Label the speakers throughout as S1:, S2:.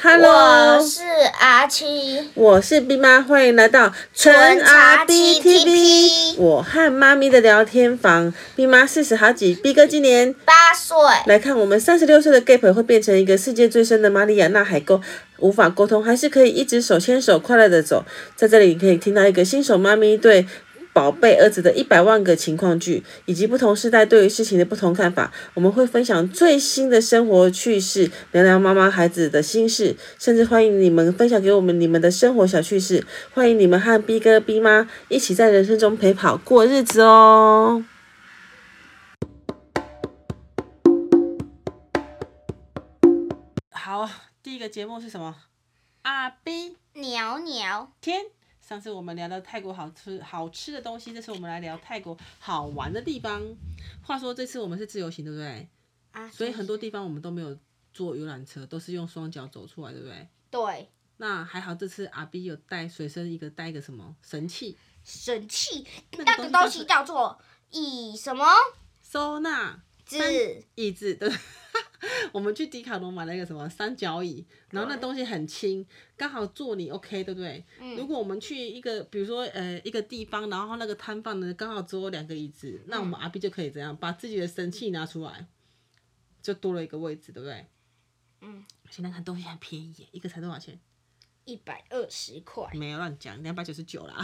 S1: Hello，
S2: 我是 R 七，
S1: 我是 B 妈，欢迎来到纯
S2: 纯茶
S1: R B T B，
S2: TTP
S1: 我和妈咪的聊天房。B 妈四十好几，B 哥今年
S2: 八岁，
S1: 来看，我们三十六岁的 Gap 会变成一个世界最深的马里亚纳海沟，无法沟通，还是可以一直手牵手快乐的走。在这里，你可以听到一个新手妈咪对宝贝儿子的一百万个情况剧，以及不同世代对于事情的不同看法。我们会分享最新的生活趣事，聊聊妈妈孩子的心事，甚至欢迎你们分享给我们你们的生活小趣事。欢迎你们和 B 哥、B 妈一起在人生中陪跑过日子哦。好，第一个节目是什么？阿 B
S2: 鸟鸟，
S1: 天。上次我们聊到泰国好吃好吃的东西，这次我们来聊泰国好玩的地方。话说这次我们是自由行，对不对？
S2: 啊，
S1: 所以很多地方我们都没有坐游览车，都是用双脚走出来，对不对？
S2: 对
S1: 那还好，这次阿 B 有带随身一个带一个什么神器，
S2: 神器
S1: 那个
S2: 那个
S1: 东
S2: 东
S1: 西
S2: 西叫做以什么
S1: 收纳
S2: 字？
S1: 椅子对， 我们去迪卡侬买了一个什么三角椅，然后那东西很轻，刚好坐你 OK，对不对？
S2: 嗯
S1: 如果我们去一个，比如说呃一个地方，然后那个摊贩呢刚好只有两个椅子，那我们阿 B 就可以怎样，把自己的神器拿出来，就多了一个位置，对不对？
S2: 嗯，
S1: 现在看东西很便宜耶，一个才多少钱？
S2: 一百二十块，
S1: 没有乱讲，两百九十九 啦。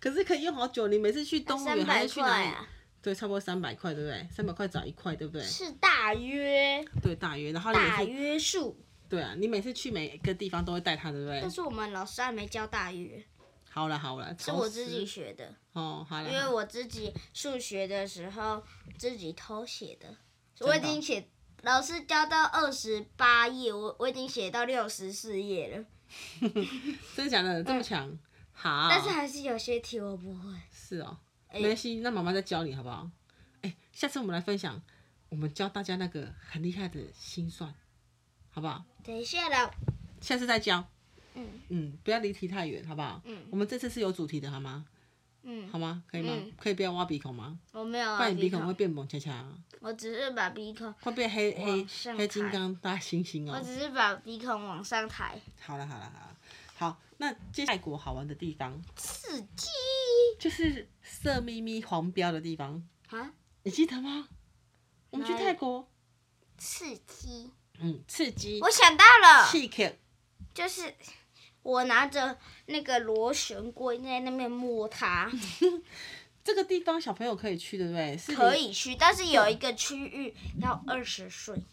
S1: 可是可以用好久，你每次去动物园
S2: 三
S1: 嗯还
S2: 百
S1: 是去哪
S2: 块
S1: 里？
S2: 啊，
S1: 对，差不多三百块，对不对？三百块找一块，对不对？
S2: 是大约
S1: 对，大约。然后你每
S2: 大
S1: 次
S2: 约数，
S1: 对啊，你每次去每个地方都会带它，对不对
S2: 但？是我们老师还没教大约，
S1: 好了好了，
S2: 是我自己学的，
S1: 哦，好了
S2: 因为
S1: 好了，
S2: 我自己数学的时候自己偷写的，
S1: 的哦
S2: 我已经写老师教到二十八页，我我已经写到六十四页了，
S1: 真的假的这么强？好，
S2: 嗯但是还是有些题我不会。
S1: 是哦，
S2: 哎
S1: 没关系，那妈妈再教你好不好？哎、下次我们来分享，我们教大家那个很厉害的心算，好不好？
S2: 等一下啦，
S1: 下次再教。
S2: 嗯
S1: 嗯，不要离题太远，好不好？
S2: 嗯
S1: 我们这次是有主题的，好吗？
S2: 嗯，
S1: 好吗？可以吗？
S2: 嗯
S1: 可以不要挖鼻孔吗？
S2: 我没有
S1: 不
S2: 啊
S1: 然你鼻
S2: 鼻
S1: 孔会哦
S2: 孔，
S1: 变蒙恰恰，
S2: 我只是把鼻孔，
S1: 会变黑黑
S2: 往上
S1: 黑金
S2: 抬
S1: 刚大猩猩
S2: 我
S1: 哦。
S2: 只是把鼻孔往上抬。
S1: 好了好了好了，好，那接下来泰国好玩的地方
S2: 刺激
S1: 就是色眯眯黄标的地方，
S2: 啊，
S1: 你记得吗？我们去
S2: 哪里
S1: 泰国，
S2: 刺激！
S1: 嗯，刺激，
S2: 我想到了，
S1: 刺激，
S2: 就是我拿着那个螺旋棍在那边摸它，
S1: 这个地方小朋友可以去，对不对？是
S2: 可
S1: 你
S2: 以去，但是有一个区域要二十岁。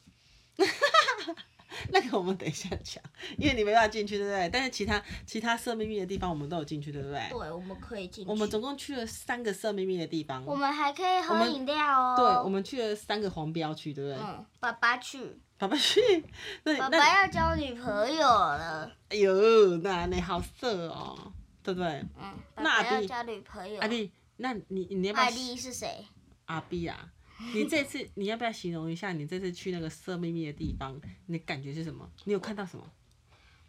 S1: 那个我们等一下讲，因为你没办法进去，对不对？但是其他其他色眯眯的地方我们都有进去，对不对？
S2: 对，我们可以进去。
S1: 我们总共去了三个色眯眯的地方，
S2: 我们还可以
S1: 我
S2: 喝
S1: 们
S2: 饮料哦。
S1: 对，我们去了三个黄标区，对不对？
S2: 嗯，爸爸去，
S1: 爸爸去， 那
S2: 爸
S1: 那
S2: 爸要交女朋友了。
S1: 哎呦，那你好色哦，对不对？
S2: 嗯，爸
S1: 那
S2: 爸
S1: 阿
S2: 要
S1: 弟
S2: 交女朋友。
S1: 阿弟，那你你要不
S2: 艾
S1: 要
S2: 丽是谁？
S1: 阿 B 啊？你这次你要不要形容一下你这次去那个色眯眯的地方，你的感觉是什么？你有看到什么？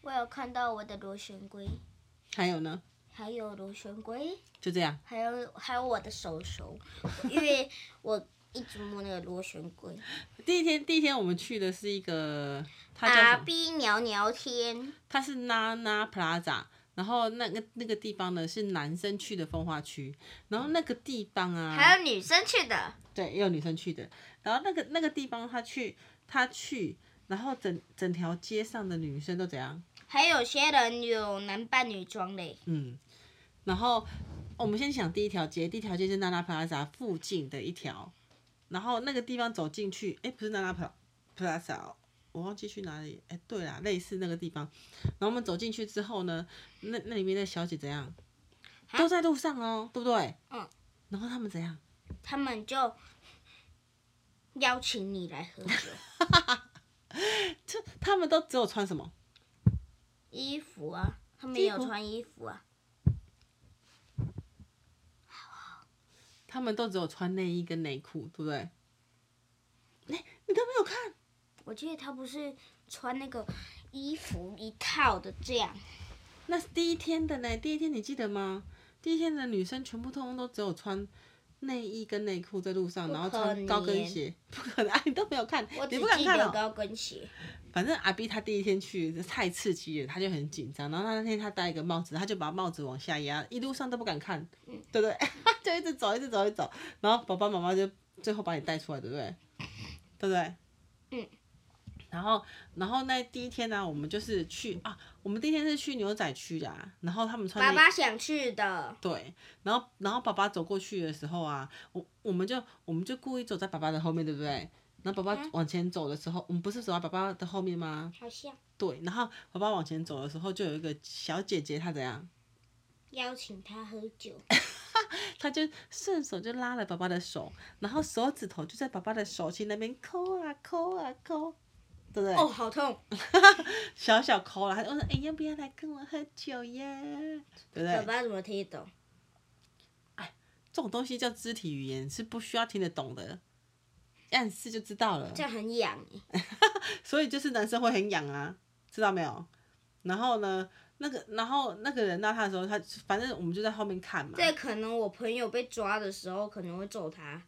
S2: 我有看到我的螺旋龟，
S1: 还有呢？
S2: 还有螺旋龟，
S1: 就这样，
S2: 还有还有我的手 手，因为我一直摸那个螺旋龟。
S1: 第一天第一天我们去的是一个，它叫
S2: 阿
S1: 什么？
S2: B 聊聊天，
S1: 它是 Nana Plaza，然后那个那个地方呢是男生去的风化区，然后那个地方啊，
S2: 还有女生去的，
S1: 对，也有女生去的。然后那个那个地方，他去他去，然后整整条街上的女生都怎样？
S2: 还有些人有男扮女装嘞。
S1: 嗯，然后我们先讲第一条街，第一条街是娜娜 plaza 附近的一条，然后那个地方走进去，哎，不是娜娜 pla- plaza，哦我忘记去哪里，哎，对啦，类似那个地方。然后我们走进去之后呢，那那里面的小姐怎样？都在路上哦，对不对？
S2: 嗯。
S1: 然后他们怎样？
S2: 他们就邀请你来喝酒，
S1: 这他们都只有穿什么？
S2: 衣服 啊，他们也有穿衣服啊，
S1: 他们都只有穿内衣跟内裤，对不对？哎、你都没有看，
S2: 我记得他不是穿那个衣服一套的这样，
S1: 那是第一天的呢。第一天你记得吗？第一天的女生全部通通都只有穿内衣跟内裤在路上，然后
S2: 可
S1: 穿高跟
S2: 怜
S1: 鞋，不可能，啊、你都没有看
S2: 我，
S1: 你
S2: 只
S1: 不敢
S2: 记
S1: 看
S2: 得
S1: 哦、
S2: 高跟鞋，
S1: 反正阿 B 他第一天去太刺激了，他就很紧张。然后他那天他戴一个帽子，他就把帽子往下压，一路上都不敢看，
S2: 嗯
S1: 对不对？ 就一直走，一直走，一直走。然后爸爸妈妈就最后把你带出来，对不对？对不对？
S2: 嗯。
S1: 然后，然后那第一天呢、我们就是去啊，我们第一天是去牛仔区的、啊，然后他们穿
S2: 爸
S1: 那
S2: 爸想去的，
S1: 对，然后然后爸爸走过去的时候啊，我我们就我们就故意走在爸爸的后面，对不对？然后
S2: 嗯
S1: 爸爸往前走的时候，我们不是走在爸爸的后面吗？
S2: 好像
S1: 对，然后爸爸往前走的时候，就有一个小姐姐，她怎样？
S2: 邀请他喝酒，
S1: 她就顺手就拉了爸爸的手，然后手指头就在爸爸的手心那边抠啊抠啊抠，对不对？
S2: 哦，好痛，
S1: 小小抠啦，她就说：“哎、要不要来跟我喝酒呀？”对不
S2: 爸
S1: 对？
S2: 爸怎么听得懂？
S1: 这种东西叫肢体语言，是不需要听得懂的，暗示就知道了。
S2: 这样很痒欸耶，
S1: 所以就是男生会很痒啊，知道没有？然后呢，那个然后那个人拉他的时候，他反正我们就在后面看嘛。
S2: 这可能我朋友被抓的时候可能会揍他，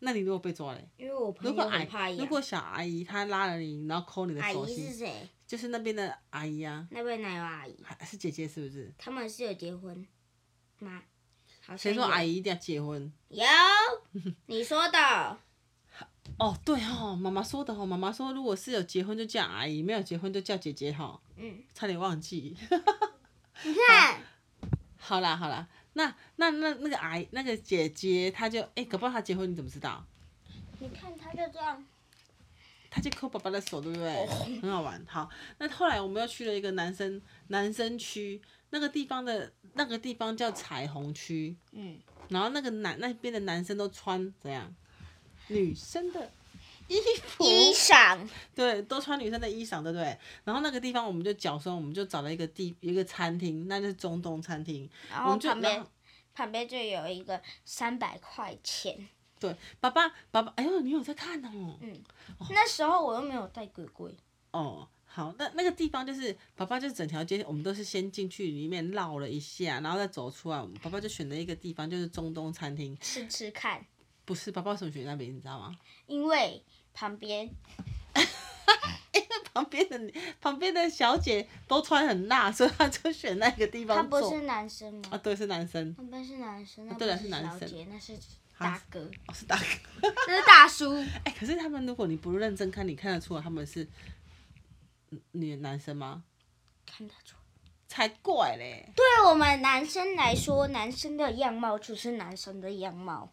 S1: 那你如果被抓嘞？
S2: 因为我朋
S1: 如果
S2: 友
S1: 阿
S2: 很怕
S1: 如
S2: 痒。
S1: 果小阿姨她拉了你，然后抠你的
S2: 阿
S1: 手
S2: 姨是
S1: 心，
S2: 谁？
S1: 就是那边的阿姨啊，
S2: 那边哪有阿姨？
S1: 还是姐姐是不是？
S2: 他们是有结婚吗？好像
S1: 谁说
S2: 有
S1: 阿姨一定要结婚？
S2: 有，你说的，
S1: 哦，对哦，妈妈说的哦，妈妈说如果是有结婚就叫阿姨，没有结婚就叫姐姐哈、哦，
S2: 嗯，
S1: 差点忘记。
S2: 你看，
S1: 好啦好啦，那那那那个阿姨那个姐姐，她就哎、搞不好她结婚你怎么知道？
S2: 你看他就这样，
S1: 他就抠爸爸的手，对不对？很好玩。好，那后来我们又去了一个男生男生区，那个地方的那个地方叫彩虹区，
S2: 嗯，
S1: 然后那个男那边的男生都穿怎样？女生的衣服，
S2: 衣裳，
S1: 对，都穿女生的衣裳，对不对？然后那个地方我们就脚酸，我们就找了一个地一个餐厅，那就是中东餐厅。
S2: 然
S1: 我
S2: 后
S1: 们就
S2: 哦旁
S1: 然
S2: 边
S1: 后
S2: 旁边就有一个三百块钱，
S1: 对，爸爸爸爸，哎呦，你有在看哦？
S2: 嗯，那时候我又没有带鬼鬼，
S1: 哦，好，那那个地方就是爸爸，就是整条街，我们都是先进去里面绕了一下，然后再走出来。我们爸爸就选了一个地方，就是中东餐厅，
S2: 吃吃看，
S1: 不是爸爸为什么选那边，你知道吗？
S2: 因为旁边
S1: 旁边的旁边的小姐都穿很辣，所以他就选那个地
S2: 他
S1: 方
S2: 不
S1: 坐
S2: 是。男生吗？
S1: 啊，对，是男生，
S2: 那边是男生，那
S1: 对了
S2: 不
S1: 是
S2: 是
S1: 男
S2: 小
S1: 生
S2: 姐，那是大哥，
S1: 哦，是大哥。
S2: 那是大叔。
S1: 哎、可是他们如果你不认真看，你看得出来他们是嗯女男生吗？
S2: 看得出，
S1: 才怪嘞！
S2: 对我们男生来说，男生的样貌就是男生的样貌。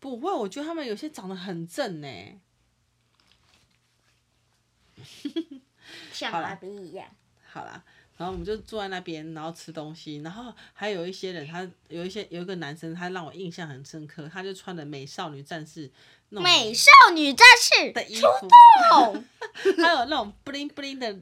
S1: 不会，我觉得他们有些长得很正呢。
S2: 像
S1: 好啦
S2: 阿 B 一样。
S1: 好啦，然后我们就坐在那边，然后吃东西，然后还有一些人，他有一些有一个男生，他让我印象很深刻，他就穿的美少女战士那种
S2: 美少女战士
S1: 的衣
S2: 出
S1: 服，
S2: 动，
S1: 还有那种 bling bling 的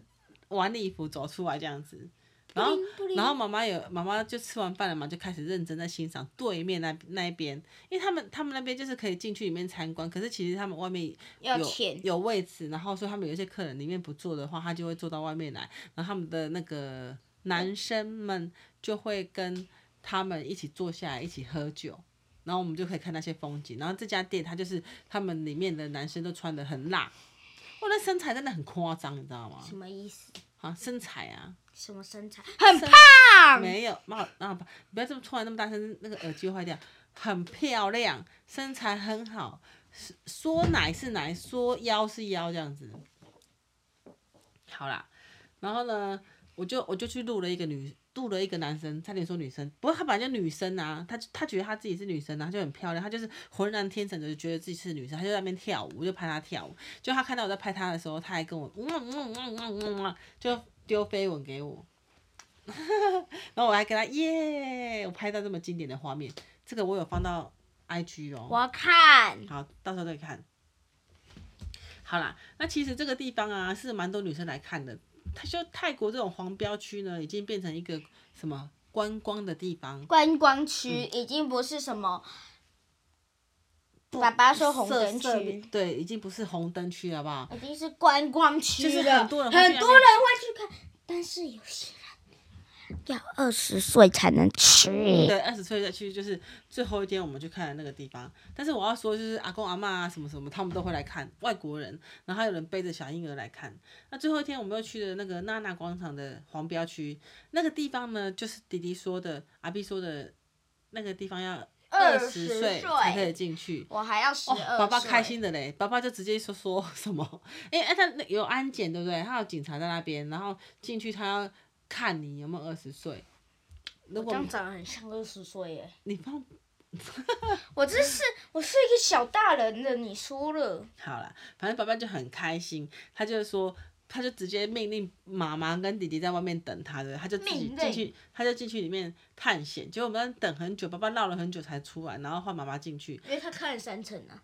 S1: 晚礼服走出来这样子。 然后
S2: Bling bling，
S1: 然后妈妈有妈妈就吃完饭了嘛，就开始认真在欣赏对面那那一边，因为他们他们那边就是可以进去里面参观，可是其实他们外面
S2: 要
S1: 有
S2: 钱
S1: 有位置，然后所以他们有一些客人里面不坐的话，他就会坐到外面来，然后他们的那个男生们就会跟他们一起坐下来一起喝酒。然后我们就可以看那些风景。然后这家店它就是他们里面的男生都穿的很辣，哇，那身材真的很夸张，你知道吗？
S2: 什么意思？
S1: 啊，身材啊，
S2: 什么身材？很胖，
S1: 没有，妈啊不，你不要这么突然那么大声，那个耳机会坏掉。很漂亮，身材很好，是说奶是奶，说腰是腰这样子。好啦，然后呢，我就我就去录了一个女，录了一个男生，差点说女生，不过他本来就女生啊，他他觉得他自己是女生啊，他就很漂亮，他就是浑然天成的就觉得自己是女生，他就在那边跳舞，我就拍他跳舞，就他看到我在拍他的时候，他还跟我嗯嗯嗯嗯嗯嗯嗯，就丢飞吻给我。 然后我还跟他耶，我拍到这么经典的画面，这个我有放到 IG 哦。
S2: 我要看
S1: 好，到时候再看。好啦，那其实这个地方啊，是蛮多女生来看的。它就泰国这种黄标区呢，已经变成一个什么观光的地方，
S2: 观光区
S1: 嗯
S2: 已经不是什么。
S1: 不
S2: 爸爸说红
S1: 色
S2: 灯
S1: 色
S2: 区
S1: 对，已经不是红灯区了好不好？
S2: 已经是观光区
S1: 就是
S2: 了，
S1: 很多人会去那边
S2: 很多人会去看，但是有些人
S3: 要二十岁才能去。
S1: 对，二十岁再去就是最后一天，我们去看的那个地方。但是我要说，就是阿公阿妈啊，什么什么，他们都会来看外国人，然后还有人背着小婴儿来看。那最后一天，我们又去了那个娜娜广场的黄标区，那个地方呢，就是迪迪说的，阿 B 说的，那个地方要二十
S3: 20
S1: 岁才可以进去。
S3: 我还要十
S1: 哦，
S3: 二。
S1: 爸爸开。心的嘞，爸爸就直接说说什么， 因为哎，他那有安检对不对？他有警察在那边，然后进去他要看你有没有二十岁。如
S3: 我
S1: 果
S3: 刚长得很像二十岁耶。
S1: 你放
S3: 我这是我是一个小大人了，你说了。
S1: 好啦，反正爸爸就很开心，他就说，他就直接命令妈妈跟弟弟在外面等他的，他就自己
S3: 命
S1: 进
S3: 令
S1: 去，他就进去里面探险。结果我们等很久，爸爸绕了很久才出来，然后换妈妈进去。
S3: 因为他看了三层啊。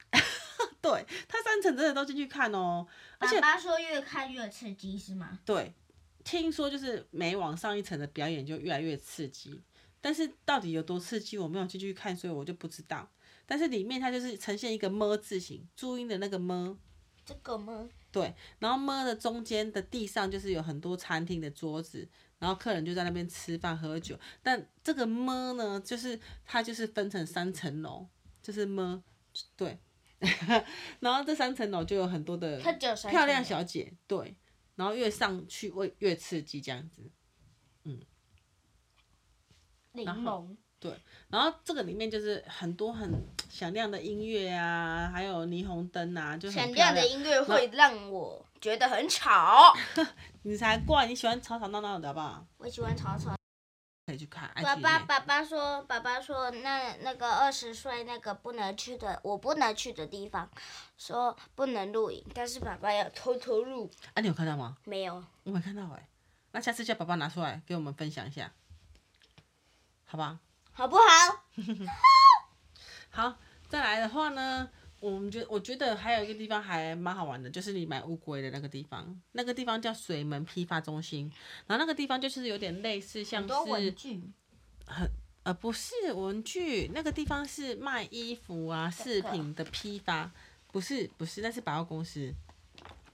S1: 对他三层真的都进去看哦，而且
S2: 爸爸说越看越刺激是吗？
S1: 对，听说就是每往上一层的表演就越来越刺激，但是到底有多刺激，我没有进去看，所以我就不知道。但是里面它就是呈现一个么字形，注音的那个么。
S3: 这个吗？
S1: 对，然后么的中间的地上就是有很多餐厅的桌子，然后客人就在那边吃饭喝酒。但这个么呢，就是它就是分成三层楼，就是么，对。 然后这三层楼就有很多的
S3: 他只有三层
S1: 漂亮小姐，对。然后越上去会越刺激这样子。
S3: 柠
S1: 然
S3: 檬。
S1: 然后这个里面就是很多很响亮的音乐啊，还有霓虹灯啊，就很
S3: 闪亮
S1: 漂亮
S3: 的音乐会让我觉得很吵。
S1: 你才怪，你喜欢吵吵闹闹的好不好？
S3: 我喜欢吵吵。
S1: 可以去看。IG
S2: 爸爸
S1: 里面
S2: 爸爸说，爸爸说那那个二十岁那个不能去的，我不能去的地方，说不能露营，但是爸爸要偷偷录，
S1: 啊，你有看到吗？
S2: 没有，
S1: 我没看到哎、那下次叫爸爸拿出来给我们分享一下，好吧？
S2: 好不好？
S1: 好，再来的话呢，我们觉我觉得还有一个地方还蛮好玩的，就是你买乌龟的那个地方，那个地方叫水门批发中心，然后那个地方就是有点类似像是
S2: 具，
S1: 呃不是文具，那个地方是卖衣服啊饰品的批发，不是不是，那是百货公司，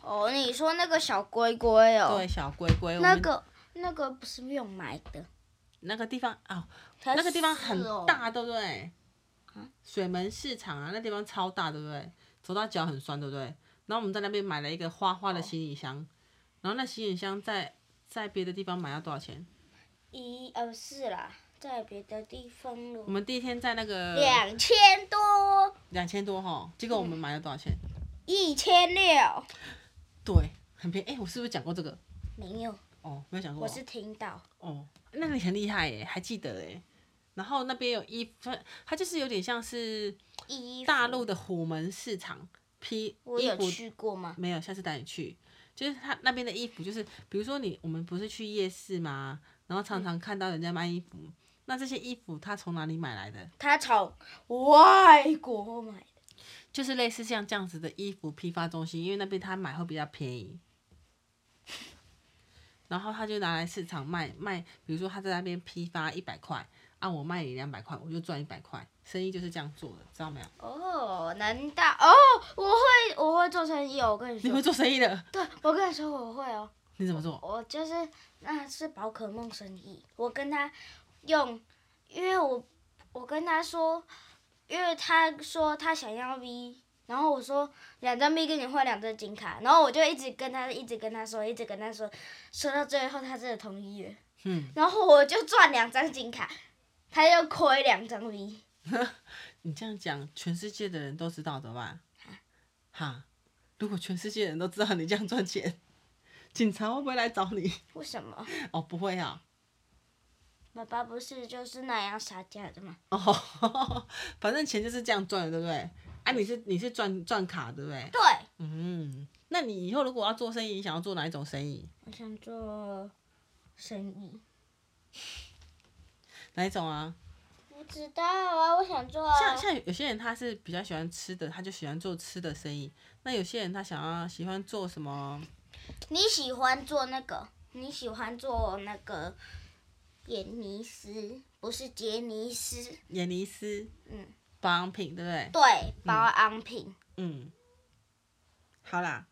S2: 哦，你说那个小龟龟哦，
S1: 对小龟龟，我
S2: 那
S1: 们
S2: 个那个不是用买的，
S1: 那个地方哦，
S2: 它
S1: 那个地方
S2: 是
S1: 很
S2: 哦啊
S1: 大，对不对？水门市场啊，那地方超大，对不对？走到脚很酸，对不对？然后我们在那边买了一个花花的行李箱，然后那行李箱在在别的地方买要多少钱？
S2: 一呃是啦，在别的地方
S1: 我
S2: 了，
S1: 们第一天在那个
S2: 两千多，
S1: 两千多哈，结果我们买了多少钱？
S2: 一千六，
S1: 对，很便宜。哎、我是不是讲过这个？
S2: 没有，
S1: 哦，没有讲过哦。
S2: 我是听到，
S1: 哦，那你很厉害耶，还记得哎。然后那边有衣服，它就是有点像是
S2: 一
S1: 大陆的虎门市场批
S2: 我
S1: 衣
S2: 有
S1: 服
S2: 去过吗？
S1: 没有，下次带你去。就是他那边的衣服，就是比如说你我们不是去夜市吗？然后常常看到人家卖衣服，那这些衣服他从哪里买来的？
S2: 他从外国买的，
S1: 就是类似像这样子的衣服批发中心，因为那边他买会比较便宜。然后他就拿来市场卖卖，比如说他在那边批发一百块，啊，我卖你两百块，我就赚一百块，生意就是这样做的，知道没有？
S2: 哦，难道哦？我会，我会做生意哦。我跟你
S1: 你
S2: 说
S1: 会，做生意的，
S2: 对，我跟你说我会哦。
S1: 你怎么做？
S2: 我就是那是宝可梦生意，我跟他用，因为我我跟他说，因为他说他想要 V，然后我说两张 V 跟你换两张金卡，然后我就一直跟他一直跟他说，一直跟他说，说到最后他真的同意了，
S1: 嗯，
S2: 然后我就赚两张金卡，他就亏两张 V。
S1: 你这样讲，全世界的人都知道怎么办？哈，如果全世界人都知道你这样赚钱，警察会不会来找你？
S2: 为什么？
S1: 哦，不会啊。
S2: 爸爸不是就是那样杀价的吗？
S1: 哦，反正钱就是这样赚的，对不对？啊，你是你是赚赚卡，对不对？
S2: 对，
S1: 嗯，那你以后如果要做生意，你想要做哪一种生意？
S2: 我想做生意。
S1: 哪一种啊？
S2: 不知道啊，我想做、啊。
S1: 像像有些人他是比较喜欢吃的，他就喜欢做吃的生意。那有些人他想要喜欢做什么？
S2: 你喜欢做那个？你喜欢做那个杰尼斯？不是杰尼斯，
S1: 眼尼斯，
S2: 嗯，
S1: 保养品，对不对？
S2: 对，保养品。
S1: 嗯，好啦，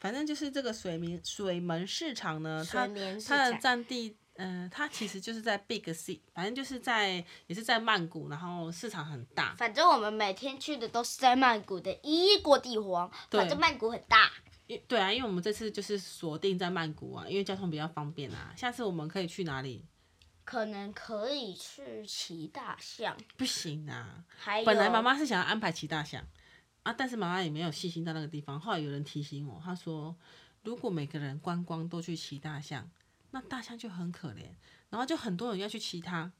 S1: 反正就是这个水门水门市场呢，它
S2: 水门市
S1: 它的
S2: 场
S1: 占地嗯，它其实就是在 Big C，反正就是在也是在曼谷，然后市场很大。
S2: 反正我们每天去的都是在曼谷的一国帝皇，
S1: 对
S2: 反正曼谷很大。
S1: 因对啊，因为我们这次就是锁定在曼谷啊，因为交通比较方便啊。下次我们可以去哪里？
S2: 可能可以去骑大象，
S1: 不行啊，
S2: 还有
S1: 本来妈妈是想要安排骑大象啊，但是妈妈也没有细心到那个地方。后来有人提醒我，她说如果每个人观光都去骑大象，那大象就很可怜，然后就很多人要去骑它，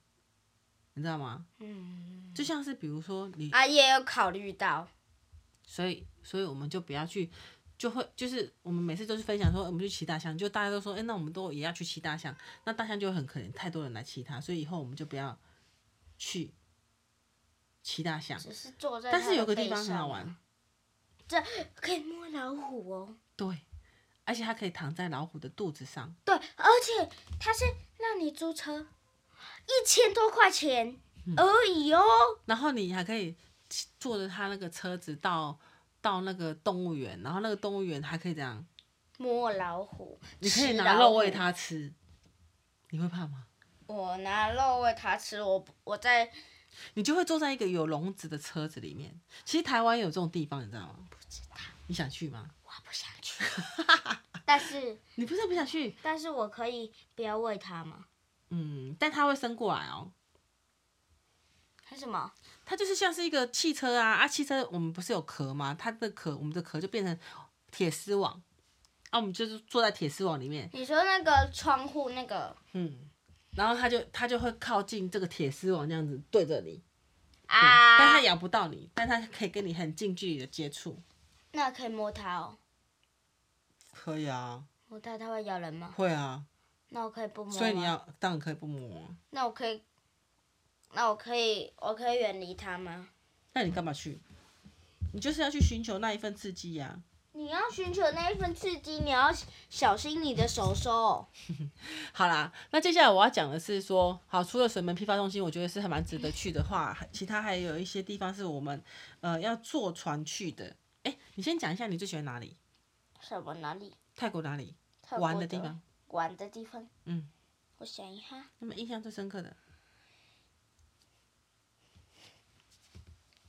S1: 你知道吗？
S2: 嗯
S1: 就像是比如说你，
S2: 啊也有考虑到，
S1: 所以所以我们就不要去。就会就是我们每次都是分享说我们去骑大象，就大家都说，哎、那我们都也要去骑大象，那大象就会很可怜，太多人来骑它，所以以后我们就不要去骑大象。
S2: 只是坐在
S1: 但是
S2: 它
S1: 有
S2: 的
S1: 个地
S2: 背
S1: 方很好
S2: 上
S1: 玩，
S2: 这可以摸老虎哦。
S1: 对，而且它可以躺在老虎的肚子上，
S2: 对，而且它是让你租车，一千多块钱
S1: 嗯
S2: 而已哦。
S1: 然后你还可以骑坐着它那个车子到到那个动物园，然后那个动物园还可以这样，
S2: 摸老虎，
S1: 你可以
S2: 吃
S1: 拿
S2: 老
S1: 肉喂
S2: 虎。
S1: 它吃，你会怕吗？
S2: 我拿肉喂它吃，我不我在
S1: 你就会坐在一个有笼子的车子里面。其实台湾有这种地方，你知道吗？你想去吗？
S2: 我不想 去，但是
S1: 你不是不想去？
S2: 但是我可以不要喂它吗？
S1: 嗯，但它会伸过来哦。
S2: 还什么？
S1: 它就是像是一个汽车啊啊，汽车我们不是有壳吗？它的壳，我们的壳就变成铁丝网，啊，我们就是坐在铁丝网里面，
S2: 你说那个窗户那个
S1: 嗯，然后它就它就会靠近这个铁丝网这样子对着你，对
S2: 啊？
S1: 但它咬不到你，但它可以跟你很近距离的接触。
S2: 那可以摸它哦，
S1: 可以啊，
S2: 摸它它会咬人吗？
S1: 会啊，
S2: 那我可以不摸吗？
S1: 所以你要当然可以不摸啊，
S2: 那我可以，那我可以，我可以远离它吗？
S1: 那你干嘛去？你就是要去寻求那一份刺激啊呀、
S2: 你要寻求那一份刺激，你要小心你的手手。
S1: 好啦，那接下来我要讲的是说，好，除了水门批发中心，我觉得是还蛮值得去的话，还其他还有一些地方是我们呃要坐船去的。哎、你先讲一下你最喜欢哪里？
S2: 什么哪里？
S1: 泰国哪里
S2: 泰国
S1: 玩的地方？。
S2: 玩的地方。
S1: 嗯。
S2: 我想一下，
S1: 那么印象最深刻的？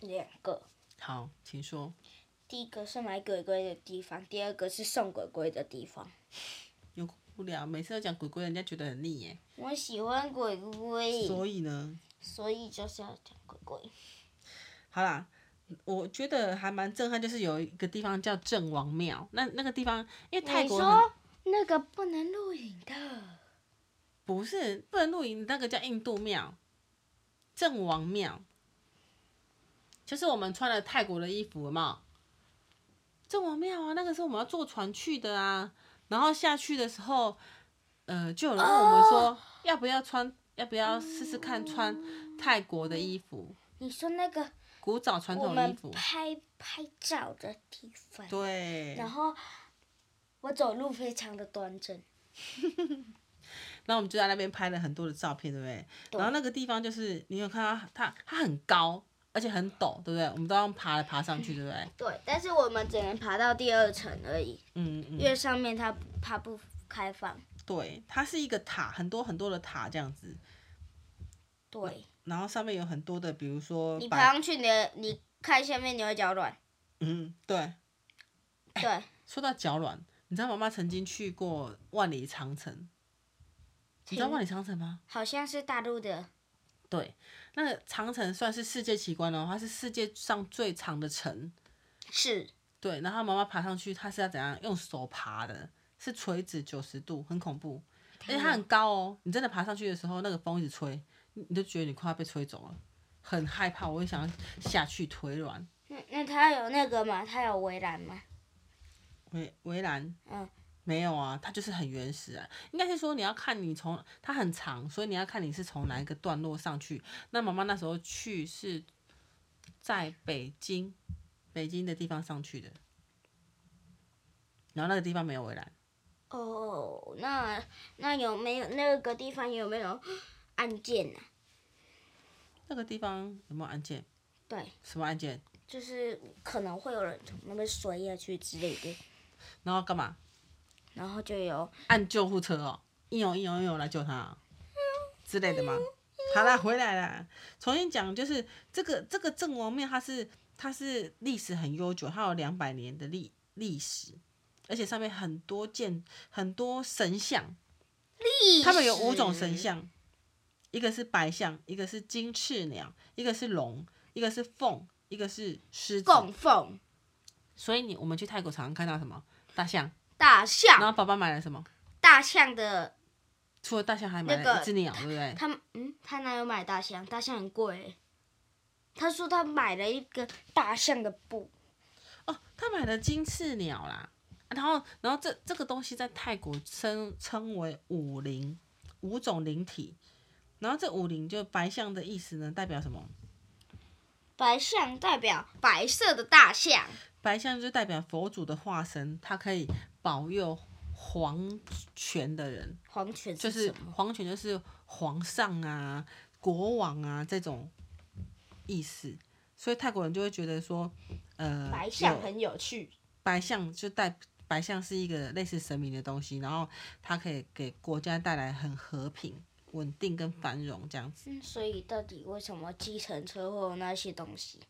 S2: 两个，
S1: 好，请说。
S2: 第一个是买鬼鬼的地方，第二个是送鬼鬼的地方。
S1: 有够无聊，每次都讲鬼鬼，人家觉得很腻耶。
S2: 我喜欢鬼鬼，
S1: 所以呢，
S2: 所以就是要讲鬼鬼。
S1: 好啦，我觉得还蛮震撼，就是有一个地方叫郑王庙，那那个地方因为泰
S2: 你
S1: 国很
S2: 说那个不能录影的，
S1: 不是不能露营，那个叫印度庙，郑王庙，就是我们穿了泰国的衣服嘛。郑王庙啊，那个时候我们要坐船去的啊，然后下去的时候，呃，就有人问我们说、
S2: 哦
S1: 要不要穿，要不要试试看穿泰国的衣服，
S2: 你说那个
S1: 古早传
S2: 我
S1: 统的衣
S2: 们
S1: 服，
S2: 拍拍照的地方。
S1: 对，
S2: 然后我走路非常的端正，
S1: 然后我们就在那边拍了很多的照片，对不对？
S2: 对
S1: 然后那个地方就是你有看到它它，它很高，而且很陡，对不对？我们都要用爬来爬上去，对不对？
S2: 对，但是我们只能爬到第二层而已，
S1: 嗯嗯
S2: 因为上面它它不开放。
S1: 对，它是一个塔，很多很多的塔这样子，
S2: 对，
S1: 然后上面有很多的，比如说
S2: 你
S1: 白
S2: 爬上去，你的你看下面你会脚软。
S1: 嗯，对。
S2: 对，
S1: 说到脚软，你知道妈妈曾经去过万里长城，你知道
S2: 听
S1: 万里长城吗？
S2: 好像是大陆的，
S1: 对，那个长城算是世界奇观哦，它是世界上最长的城。
S2: 是
S1: 对，然后妈妈爬上去，她是要怎样？用手爬的，是垂直九十度，很恐怖，而且它很高哦。你真的爬上去的时候，那个风一直吹，你你就觉得你快要被吹走了，很害怕，我也想要下去，腿软。
S2: 那那它有那个吗？它有围栏吗？
S1: 围围栏
S2: 嗯，
S1: 没有啊，它就是很原始啊。应该是说你要看你从它很长，所以你要看你是从哪一个段落上去。那妈妈那时候去是在北京，北京的地方上去的，然后那个地方没有围栏。
S2: 哦，那那有没有那个地方有没有按键啊呢、
S1: 那个地方有没有按键？
S2: 对，
S1: 什么按键？
S2: 就是可能会有人从那边摔下去之类的，
S1: 然后干嘛？
S2: 然后就有
S1: 按救护车哦。应勇应勇应勇来救他啊之类的吗？好啦，回来啦。重新讲，就是这个这个郑王庙，它是它是历史很悠久，它有两百年的历历史，而且上面很多件很多神像，他们有五种神像，一个是白象，一个是金翅鸟，一个是龙，一个是凤，一个是狮子。
S3: 供奉
S1: 所以你我们去泰国常常看到什么大象，
S3: 大
S1: 然后
S3: 象，
S1: 爸爸买了什么？
S3: 大象的
S1: 除了大象，还买
S3: 那
S1: 了
S3: 个
S1: 一只鸟，对不对？
S3: 他们嗯，他哪有买大象？大象很贵欸。
S2: 他说他买了一个大象的布，
S1: 哦，他买了金翅鸟啦。啊然后，然后这这个东西在泰国称称为五灵，五种灵体。然后这五灵就白象的意思呢，代表什么？
S2: 白象代表
S3: 白色的大象，
S1: 白象就代表佛祖的化身，它可以保佑皇权的人，
S2: 黄犬
S1: 就是是
S2: 什么
S1: 皇权就是皇上啊、国王啊这种意思。所以泰国人就会觉得说，呃，
S2: 白象
S1: 有
S2: 很有趣，
S1: 白象就代白象是一个类似神明的东西，然后它可以给国家带来很和平、稳定跟繁荣这样子。
S2: 嗯，所以到底为什么计程车会有那些东西？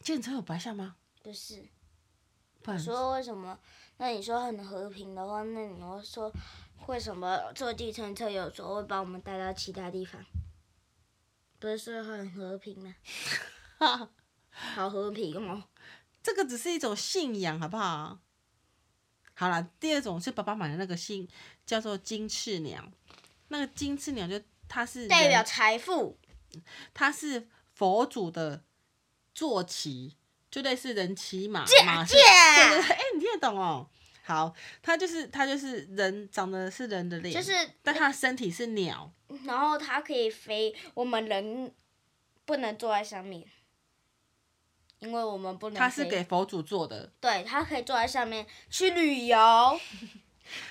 S1: 建成有白象吗？
S2: 就是
S1: 不然
S2: 说为什么？那你说很和平的话，那你会说为什么坐计程车有时候会把我们带到其他地方？不是说很和平 吗？好和平哦，
S1: 这个只是一种信仰，好不好？好啦，第二种是爸爸买的那个信，叫做金翅鸟。那个金翅鸟就它是
S2: 代表
S1: 人
S2: 财富。
S1: 它是佛祖的坐骑，就类似人骑马，
S2: 啊
S1: 马是对对
S2: 呀，
S1: 对，哎、你听得懂哦。好，它就是它就是人长得是人的脸，
S2: 就是
S1: 但它的身体是鸟，
S2: 然后它可以飞，我们人不能坐在上面，因为我们不能飞。
S1: 它是给佛祖做的。
S2: 对，它可以坐在上面去旅游。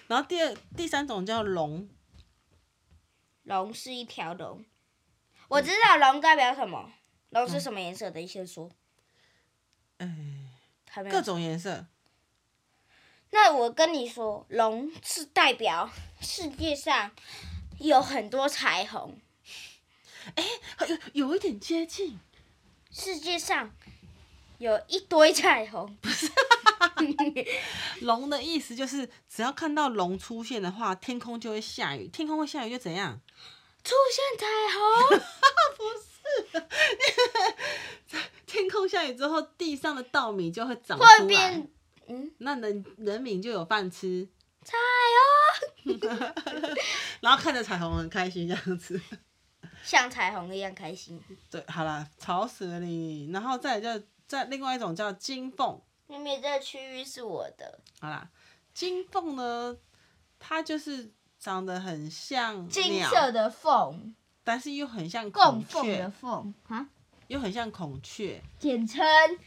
S1: 然后第二第三种叫龙，
S2: 龙是一条龙，
S1: 嗯
S2: 我知道龙代表什么，龙是什么颜色的？你先说。
S1: 哎，
S2: 还没有
S1: 各。种颜色。
S2: 那我跟你说，龙是代表世界上有很多彩虹，
S1: 有有一点接近，
S2: 世界上有一堆彩虹。
S1: 龙的意思就是只要看到龙出现的话，天空就会下雨，天空会下雨就怎样？
S2: 出现彩 虹，
S1: 天空下雨之后，地上的稻米就会长出
S2: 会
S1: 来
S2: 变，嗯
S1: 那人人民就有饭吃，
S2: 彩虹，
S1: 然后看着彩虹很开心这样子。
S2: 像彩虹一样开心。
S1: 对，好啦，吵死了你。然后再来叫再另外一种叫金凤，
S2: 因为这个区域是我的，
S1: 好啦，金凤呢，它就是长得很像
S3: 金
S1: 鸟，
S3: 色的凤，
S1: 但是又很像
S3: 供
S1: 孔
S3: 奉的
S1: 雀，
S3: 凤啊，
S1: 又很像孔雀。
S3: 简称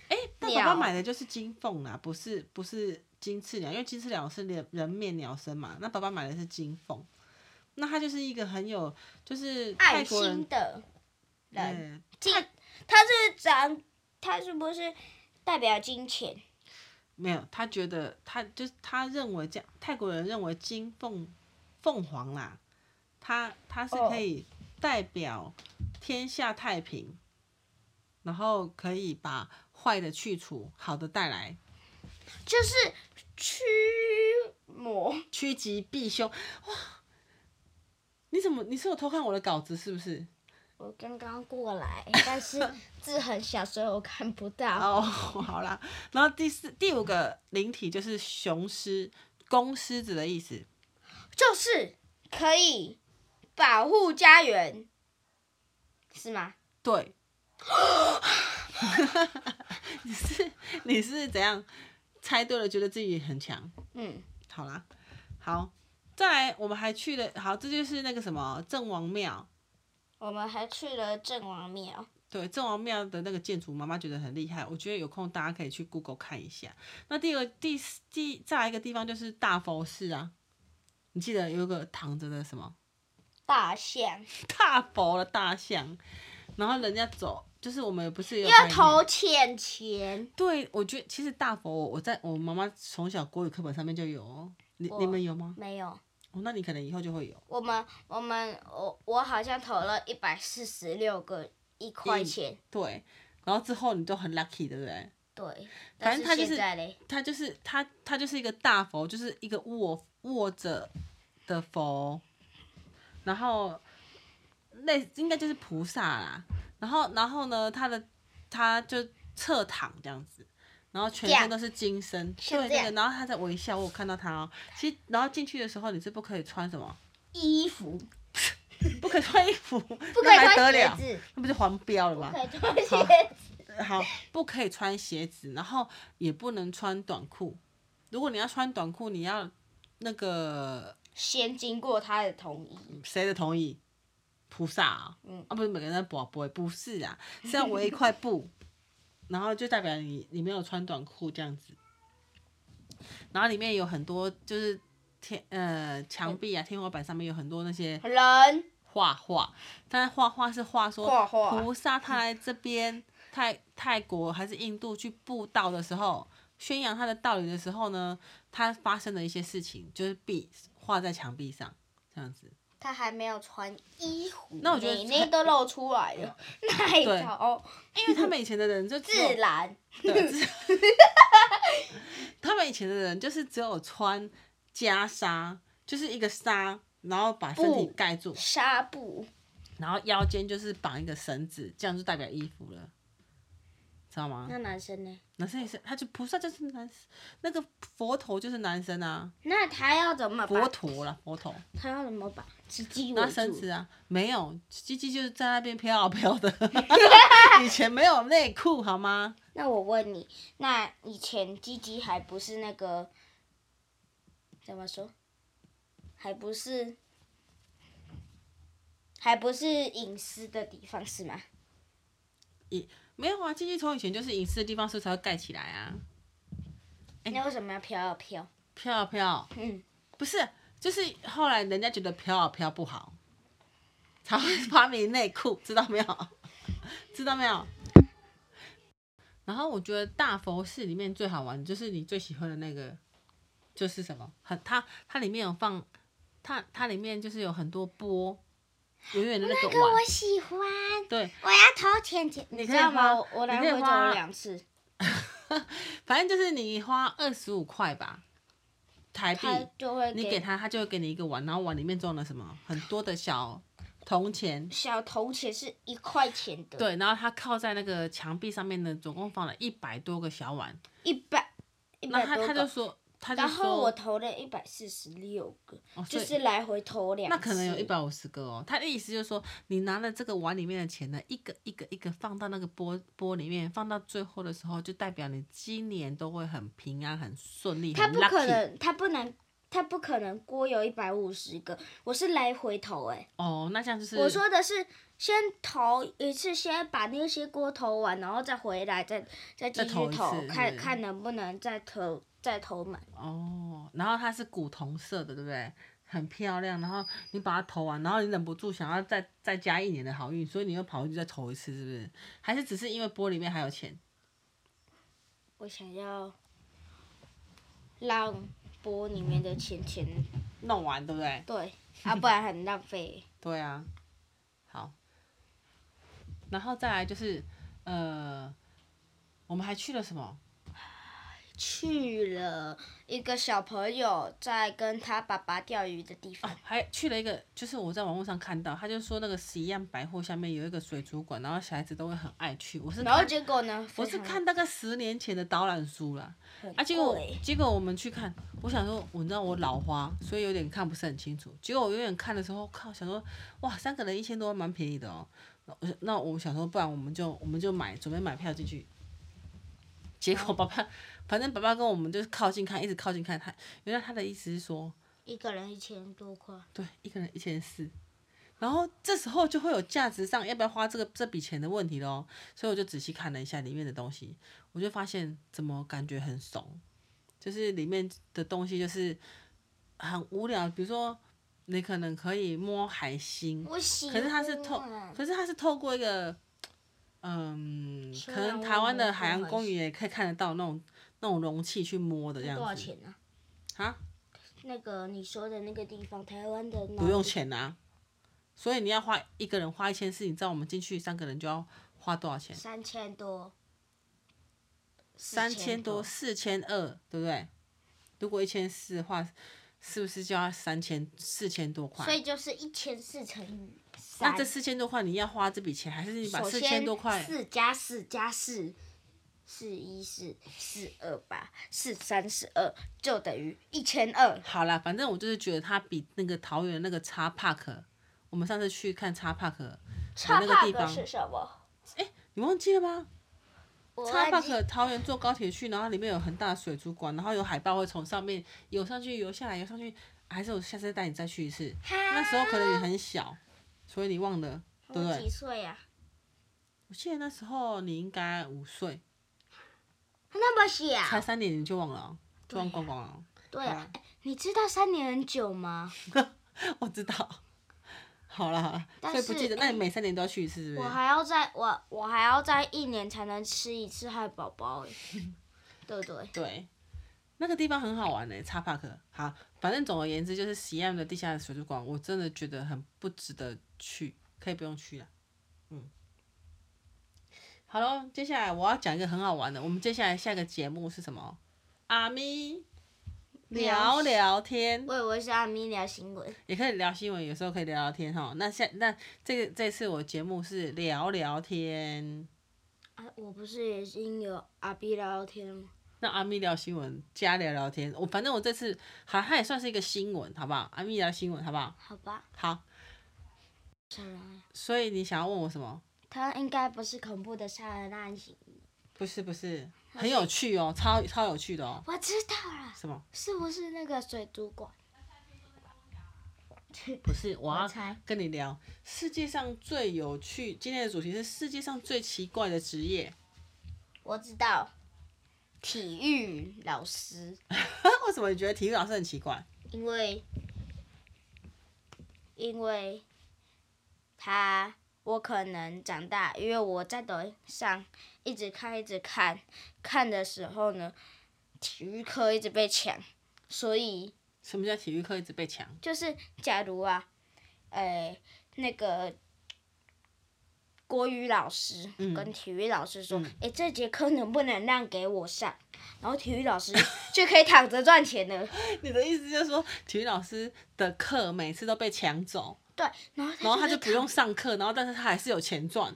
S1: 哎、但爸爸
S3: 鸟
S1: 买的就是金凤啦，不是不是金翅鸟，因为金翅鸟是人人面鸟身嘛，那爸爸买的是金凤。那它就是一个很有，就是
S2: 爱
S1: 泰国
S2: 心
S1: 人，
S2: 的人，
S1: 嗯
S2: 金，它是长，它是不是代表金钱？
S1: 没有，他觉得他就是他认为这样，泰国人认为金凤凤凰啦，它它是
S2: 哦
S1: 可以代表天下太平，然后可以把坏的去除，好的带来，
S2: 就是驱魔，
S1: 趋吉避凶。哇，你怎么你是有偷看我的稿子是不是？
S2: 我刚刚过来，但是字很小，所以我看不 到。
S1: 哦， 好啦，然后第四第五个灵体就是雄狮，公狮子的意思。
S2: 就是可以保护家园，是吗？
S1: 对， 你是你是怎样猜对了，觉得自己很强？
S2: 嗯，
S1: 好啦，好，再来，我们还去了，好，这就是那个什么郑王庙。
S2: 我们还去了郑王庙，
S1: 对郑王庙的那个建筑，妈妈觉得很厉害。我觉得有空大家可以去 Google 看一下。那第二、第四第再来一个地方就是大佛寺啊，你记得有一个躺着的什么
S2: 大象
S1: 大佛的大象，然后人家走，就是我们不是有
S2: 要
S1: 拍
S2: 投钱钱，
S1: 对，我觉得其实大佛，我在我妈妈从小国语课本上面就有哦，你
S2: 我
S1: 你们有吗？
S2: 没有，
S1: 哦，那你可能以后就会有
S2: 我们我们我我好像投了一百四十六个一块钱，
S1: 对，然后之后你就很 lucky，对不对？
S2: 对，
S1: 反
S2: 但
S1: 正
S2: 是
S1: 他就是
S2: 现在嘞，
S1: 它就是它它就是一个大佛，就是一个握握着的佛，然后类应该就是菩萨啦。然后然后呢，它的它就侧躺这样子，然后全
S2: 这样
S1: 身都是金身，
S2: 像
S1: 对那
S2: 这样
S1: 个，然后他在微笑，我有看到他哦。其实然后进去的时候你是不可以穿什么，
S3: 衣服
S1: 不可以穿衣 服，
S3: 不
S1: 不
S3: 可以
S1: 还得
S3: 穿鞋
S1: 了？
S3: 子，
S1: 那不就黄标了吗？
S3: 不可以穿鞋
S1: 好
S3: 子。
S1: 好，不可以穿鞋子，然后也不能穿短裤。如果你要穿短裤，你要那个
S2: 先经过他的同意，
S1: 谁的同意？菩萨啊、
S3: 嗯
S1: 啊不是每个人在宝贝，不是 啊，是要围一块布，然后就代表你你没有穿短裤这样子。然后里面有很多就是天呃墙壁啊天花板上面有很多那些
S2: 人
S1: 画画，但是画画是画说
S2: 画画
S1: 菩萨他来这边泰泰国还是印度去布道的时候，宣扬他的道理的时候呢，他发生的一些事情就是壁画在墙壁上这样子。
S2: 他还没有穿衣服，
S1: 那我觉得
S2: 内内都露出来了，那一条哦
S1: 因为他们以前的人就只有
S2: 自然
S1: 对，自他们以前的人就是只有穿袈裟，就是一个纱，然后把身体
S2: 布
S1: 盖住，
S2: 纱布，
S1: 然后腰间就是绑一个绳子，这样就代表衣服了，知道吗？
S2: 那男生呢？
S1: 男生也是，他就菩萨就是男，那个佛头就是男生啊，
S2: 那他要怎么
S1: 佛
S2: 把？
S1: 陀啦，佛头
S2: 他要怎么把自己
S1: 拿
S2: 围
S1: 绳
S2: 住？
S1: 子啊，没有，鸡鸡就是在那边飘啊飘的，以前没有内裤好吗？
S2: 那我问你，那以前鸡鸡还不是那个怎么说？还不是还不是隐私的地方是吗？
S1: 没有啊，鸡鸡从以前就是隐私的地方，所以才会盖起来啊，哎
S2: 那为什么要飘啊飘？
S1: 飘啊飘，
S2: 嗯，
S1: 不是，就是后来人家觉得飘啊飘不好，才 会发明内裤，知道没有？ 知道没有？然后我觉得大佛寺里面最好玩的就是你最喜欢的那个，就是什么？很它它里面有放，它它里面就是有很多波，远远的那个碗，
S2: 喜欢，
S1: 对，
S2: 我要投钱钱，
S1: 你
S2: 你
S1: 可
S2: 知
S1: 以
S2: 道
S1: 花
S2: 吗？我我来
S1: 你可以
S2: 回投
S1: 花
S2: 了两次，
S1: 反正就是你花二十五块吧，台币，
S2: 他就会
S1: 你给他，他就会给你一个碗，然后碗里面装了什么很多的小铜钱，
S2: 小铜钱是一块钱的，，
S1: 对，然后他靠在那个墙壁上面呢，总共放了一百多个小碗。
S2: 一百一
S1: 那
S2: 百
S1: 他
S2: 多
S1: 他就
S2: 个。
S1: 说，他就
S2: 然后我
S1: 说，
S2: 投了一百四十六个，
S1: 哦
S2: 就
S1: 所以
S2: 是来回投两次。
S1: 那可能有一百五十个哦。他的意思就是说，你拿了这个碗里面的钱呢，一个一个一个放到那个钵钵里面，放到最后的时候，就代表你今年都会很平安、很顺利、
S2: 他
S1: 很
S2: 不可
S1: lucky
S2: 能，他不能，他不可能锅有一百五十个，我是来回投哎、
S1: 哦。那这样就是
S2: 我说的是先投一次，先把那些锅投完，然后再回来，再再继
S1: 再
S2: 续
S1: 投
S2: 投，
S1: 一次
S2: 看
S1: 是
S2: 看能不能再投再投满。
S1: 哦，然后它是古铜色的，对不对？很漂亮。然后你把它投完，然后你忍不住想要再再加一年的好运，所以你又跑回去再投一次，是不是？还是只是因为波里面还有钱？
S2: 我想要让锅里面的钱钱
S1: 弄完，对不对？
S2: 对啊，不然很浪费。
S1: 对啊，好。然后再来就是，呃，我们还去了什么？
S2: 去了一个小朋友在跟他爸爸钓鱼的地
S1: 哦
S2: 方，，
S1: 还去了一个，就是我在网络上看到，他就说那个十一样百货下面有一个水族馆，然后小孩子都会很爱去。我是
S2: 然后
S1: 看
S2: 结果呢？
S1: 我是
S2: 啊非常
S1: 看大概十年前的导览书啦，
S2: 很
S1: 啊，结果
S2: 贵
S1: 结果我们去看，我想说，我你知道我老花，所以有点看不是很清楚。结果我远远看的时候，靠，想说，哇，三个人一千多，蛮便宜的哦。那我那我想说，不然我们就我们就买，准备买票进去。结果爸 爸，反正爸爸跟我们就是靠近看，一直靠近看。他原来他的意思是说，
S2: 一个人一千多块，
S1: 对，一个人一千四。然后这时候就会有价值上要不要花这个这笔钱的问题咯，所以我就仔细看了一下里面的东西，我就发现怎么感觉很怂，就是里面的东西就是很无聊，比如说你可能可以摸海星，
S2: 我喜
S1: 可是它是透
S2: 欢，啊
S1: 可是它是透过一个，嗯，
S2: 虽
S1: 可能
S2: 然
S1: 台
S2: 我
S1: 湾
S2: 没
S1: 的
S2: 有
S1: 海洋
S2: 海
S1: 公园也可以看得到那种那种容器去摸的这
S2: 多少
S1: 样子
S2: 钱呢、
S1: 啊，
S2: 那个你说的那个地方，台湾的
S1: 不用钱啊。所以你要花一个人花一千四，你知道我们进去三个人就要花多少钱？
S2: 三千多，
S1: 三千多，
S2: 4000
S1: 四千二，对不对？如果一千四的话，是不是就要三千四千多块？
S2: 所以就是一千四乘以三。
S1: 那这四千多块你要花这笔钱，还是你把
S2: 首
S1: 四
S2: 先
S1: 千多块？
S2: 四加四加四，四一四四二八四三四二，就等于一千二。
S1: 好啦，反正我就是觉得它比那个桃园那个叉 park，我们上次去看叉 park 的
S2: 叉
S1: 那个地
S2: park
S1: 方，
S2: 是什么？
S1: 你忘记了吗？
S2: 我
S1: 叉
S2: 忘记
S1: park 桃园坐高铁去，然后里面有很大的水族馆，然后有海豹会从上面游上去、游下来、游上去，还是我下次带你再去一次。那时候可能你很小，所以你忘了，对不
S2: 我几
S1: 对？
S2: 岁啊呀、
S1: 我记得那时候你应该五岁，
S2: 那么小，
S1: 才三年你就忘了哦，就忘光光了 哦。
S2: 对
S1: 好啊
S2: 啊，哎你知道三年很久吗？
S1: 我知道。 好了好了，所以不
S2: 但是哎
S1: 记得。那你每三年都要去一次，是不
S2: 我
S1: 是？
S2: 还要再我我还要再一年才能吃一次汉堡包哎，对不对？
S1: 对，那个地方很好玩呢、叉 park。好，反正总而言之，就是西安的地下水族馆，我真的觉得很不值得去，可以不用去了。嗯，好喽，接下来我要讲一个很好玩的。我们接下来下一个节目是什么？阿咪聊聊天，
S2: 我以为是阿米聊新闻，
S1: 也可以聊新闻，有时候可以聊聊天哈。那下那这个这次我节目是聊聊天，
S2: 啊，我不是已经有阿 B 聊聊天了吗？
S1: 那阿咪聊新闻加聊聊天。我反正我这次好，它也算是一个新闻，好不好？阿咪聊新闻，好不好？
S2: 好吧，
S1: 好，
S2: 杀人欸案，
S1: 所以你想要问我什么？
S2: 他应该不是恐怖的杀人案型。
S1: 不是不是，很有趣哦，超超有趣的哦。
S2: 我知道了，
S1: 什么？
S2: 是不是那个水族馆？
S1: 不是，我啊要
S2: 猜
S1: 跟你聊世界上最有趣。今天的主题是世界上最奇怪的职业。
S2: 我知道，体育老师，
S1: 为什么你觉得体育老师很奇怪？
S2: 因为因为他我可能长大，因为我在抖音上一直看一直看，看的时候呢，体育课一直被抢，所以
S1: 什么叫体育课一直被抢？
S2: 就是假如啊，呃，那个国语老师
S1: 嗯
S2: 跟体育老师说
S1: 嗯：“
S2: 诶，这节课能不能让给我上？”然后体育老师就可以躺着赚钱了。
S1: 你的意思就是说，体育老师的课每次都被抢走，
S2: 对，然后
S1: 然后他
S2: 他
S1: 就
S2: 就
S1: 不用上课，然后但是他还是有钱赚。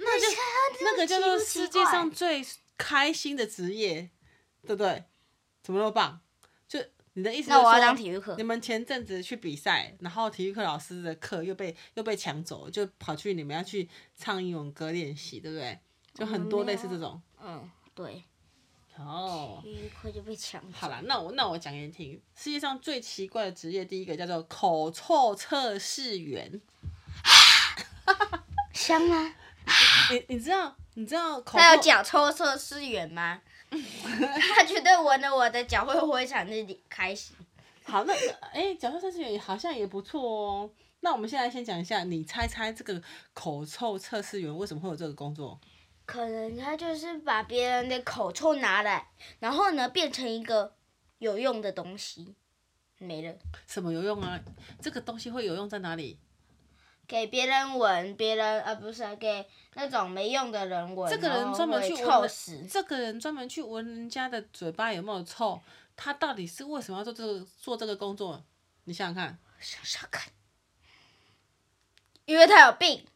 S2: 那就
S1: 那个叫做世界上
S2: 奇
S1: 最开心的职业，对不对？怎么那么棒？就你的意思？
S2: 那我要当体育课
S1: 你们前阵子去比赛，然后体育课老师的课又被又被抢走了，就跑去你们要去唱英文歌练习，对不对？就很多类似这种。
S2: 嗯，对，
S1: 哦，
S2: 体育课就被抢走。
S1: 好啦，那我那我讲给你听，世界上最奇怪的职业，第一个叫做口臭测试员。
S2: 香吗？
S1: 你你知道你知道口
S2: 他有
S1: 臭
S2: 脚臭测试员 吗？ 他绝对闻了我的脚会非常的开心。
S1: 好，那哎，角色测试员好像也不错哦。那我们现在先讲一下，你猜猜这个口臭测试员为什么会有这个工作？
S2: 可能他就是把别人的口臭拿来，然后呢变成一个有用的东西，没了，
S1: 什么有用啊？这个东西会有用在哪里？
S2: 给别人闻，别人呃不是给那种没用的人闻，
S1: 这个人专门去
S2: 然
S1: 闻
S2: 后会臭
S1: 人
S2: 死，
S1: 这个人专门去闻人家的嘴巴有没有臭，他到底是为什么要做这个做这个工作？你想想看，
S2: 想想看，因为他有病，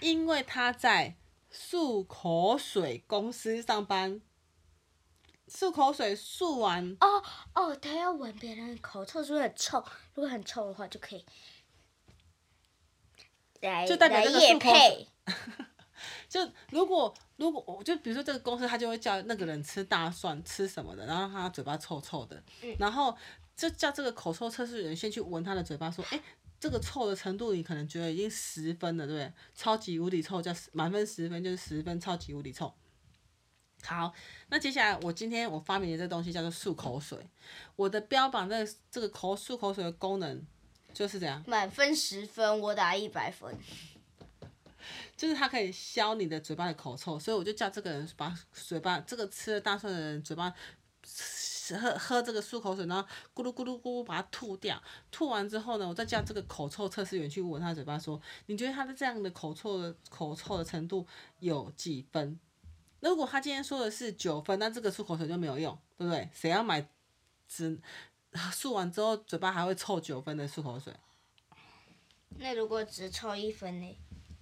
S1: 因为他在漱口水公司上班，漱口水漱完
S2: 哦哦，他要闻别人的口臭，如果很臭，如果很臭的话就可以来
S1: 就代表
S2: 来
S1: 这个漱
S2: 夜
S1: 口
S2: 配，
S1: 就如果如果我就比如说这个公司，他就会叫那个人吃大蒜吃什么的，然后让他嘴巴臭臭的，然后就叫这个口臭测试员先去闻他的嘴巴，说，哎、这个臭的程度你可能觉得已经十分了，对不对？超级无敌臭，叫十满分十分就是十分，超级无敌臭。好，那接下来我今天我发明的这东西叫做漱口水，我的标榜这个这个口漱口水的功能就是这样，
S2: 满分十分，我打一百分。
S1: 就是它可以消你的嘴巴的口臭，所以我就叫这个人把嘴巴这个吃了大蒜的人嘴巴吃喝喝这个漱口水，然后咕噜咕噜咕噜把它吐掉。吐完之后呢，我再叫这个口臭测试员去闻他嘴巴说，你觉得他的这样的口臭的口臭的程度有几分？那如果他今天说的是九分，那这个漱口水就没有用，对不对？谁要买只 漱完之后嘴巴还会臭九分的漱口水？
S2: 那如果只抽一分呢？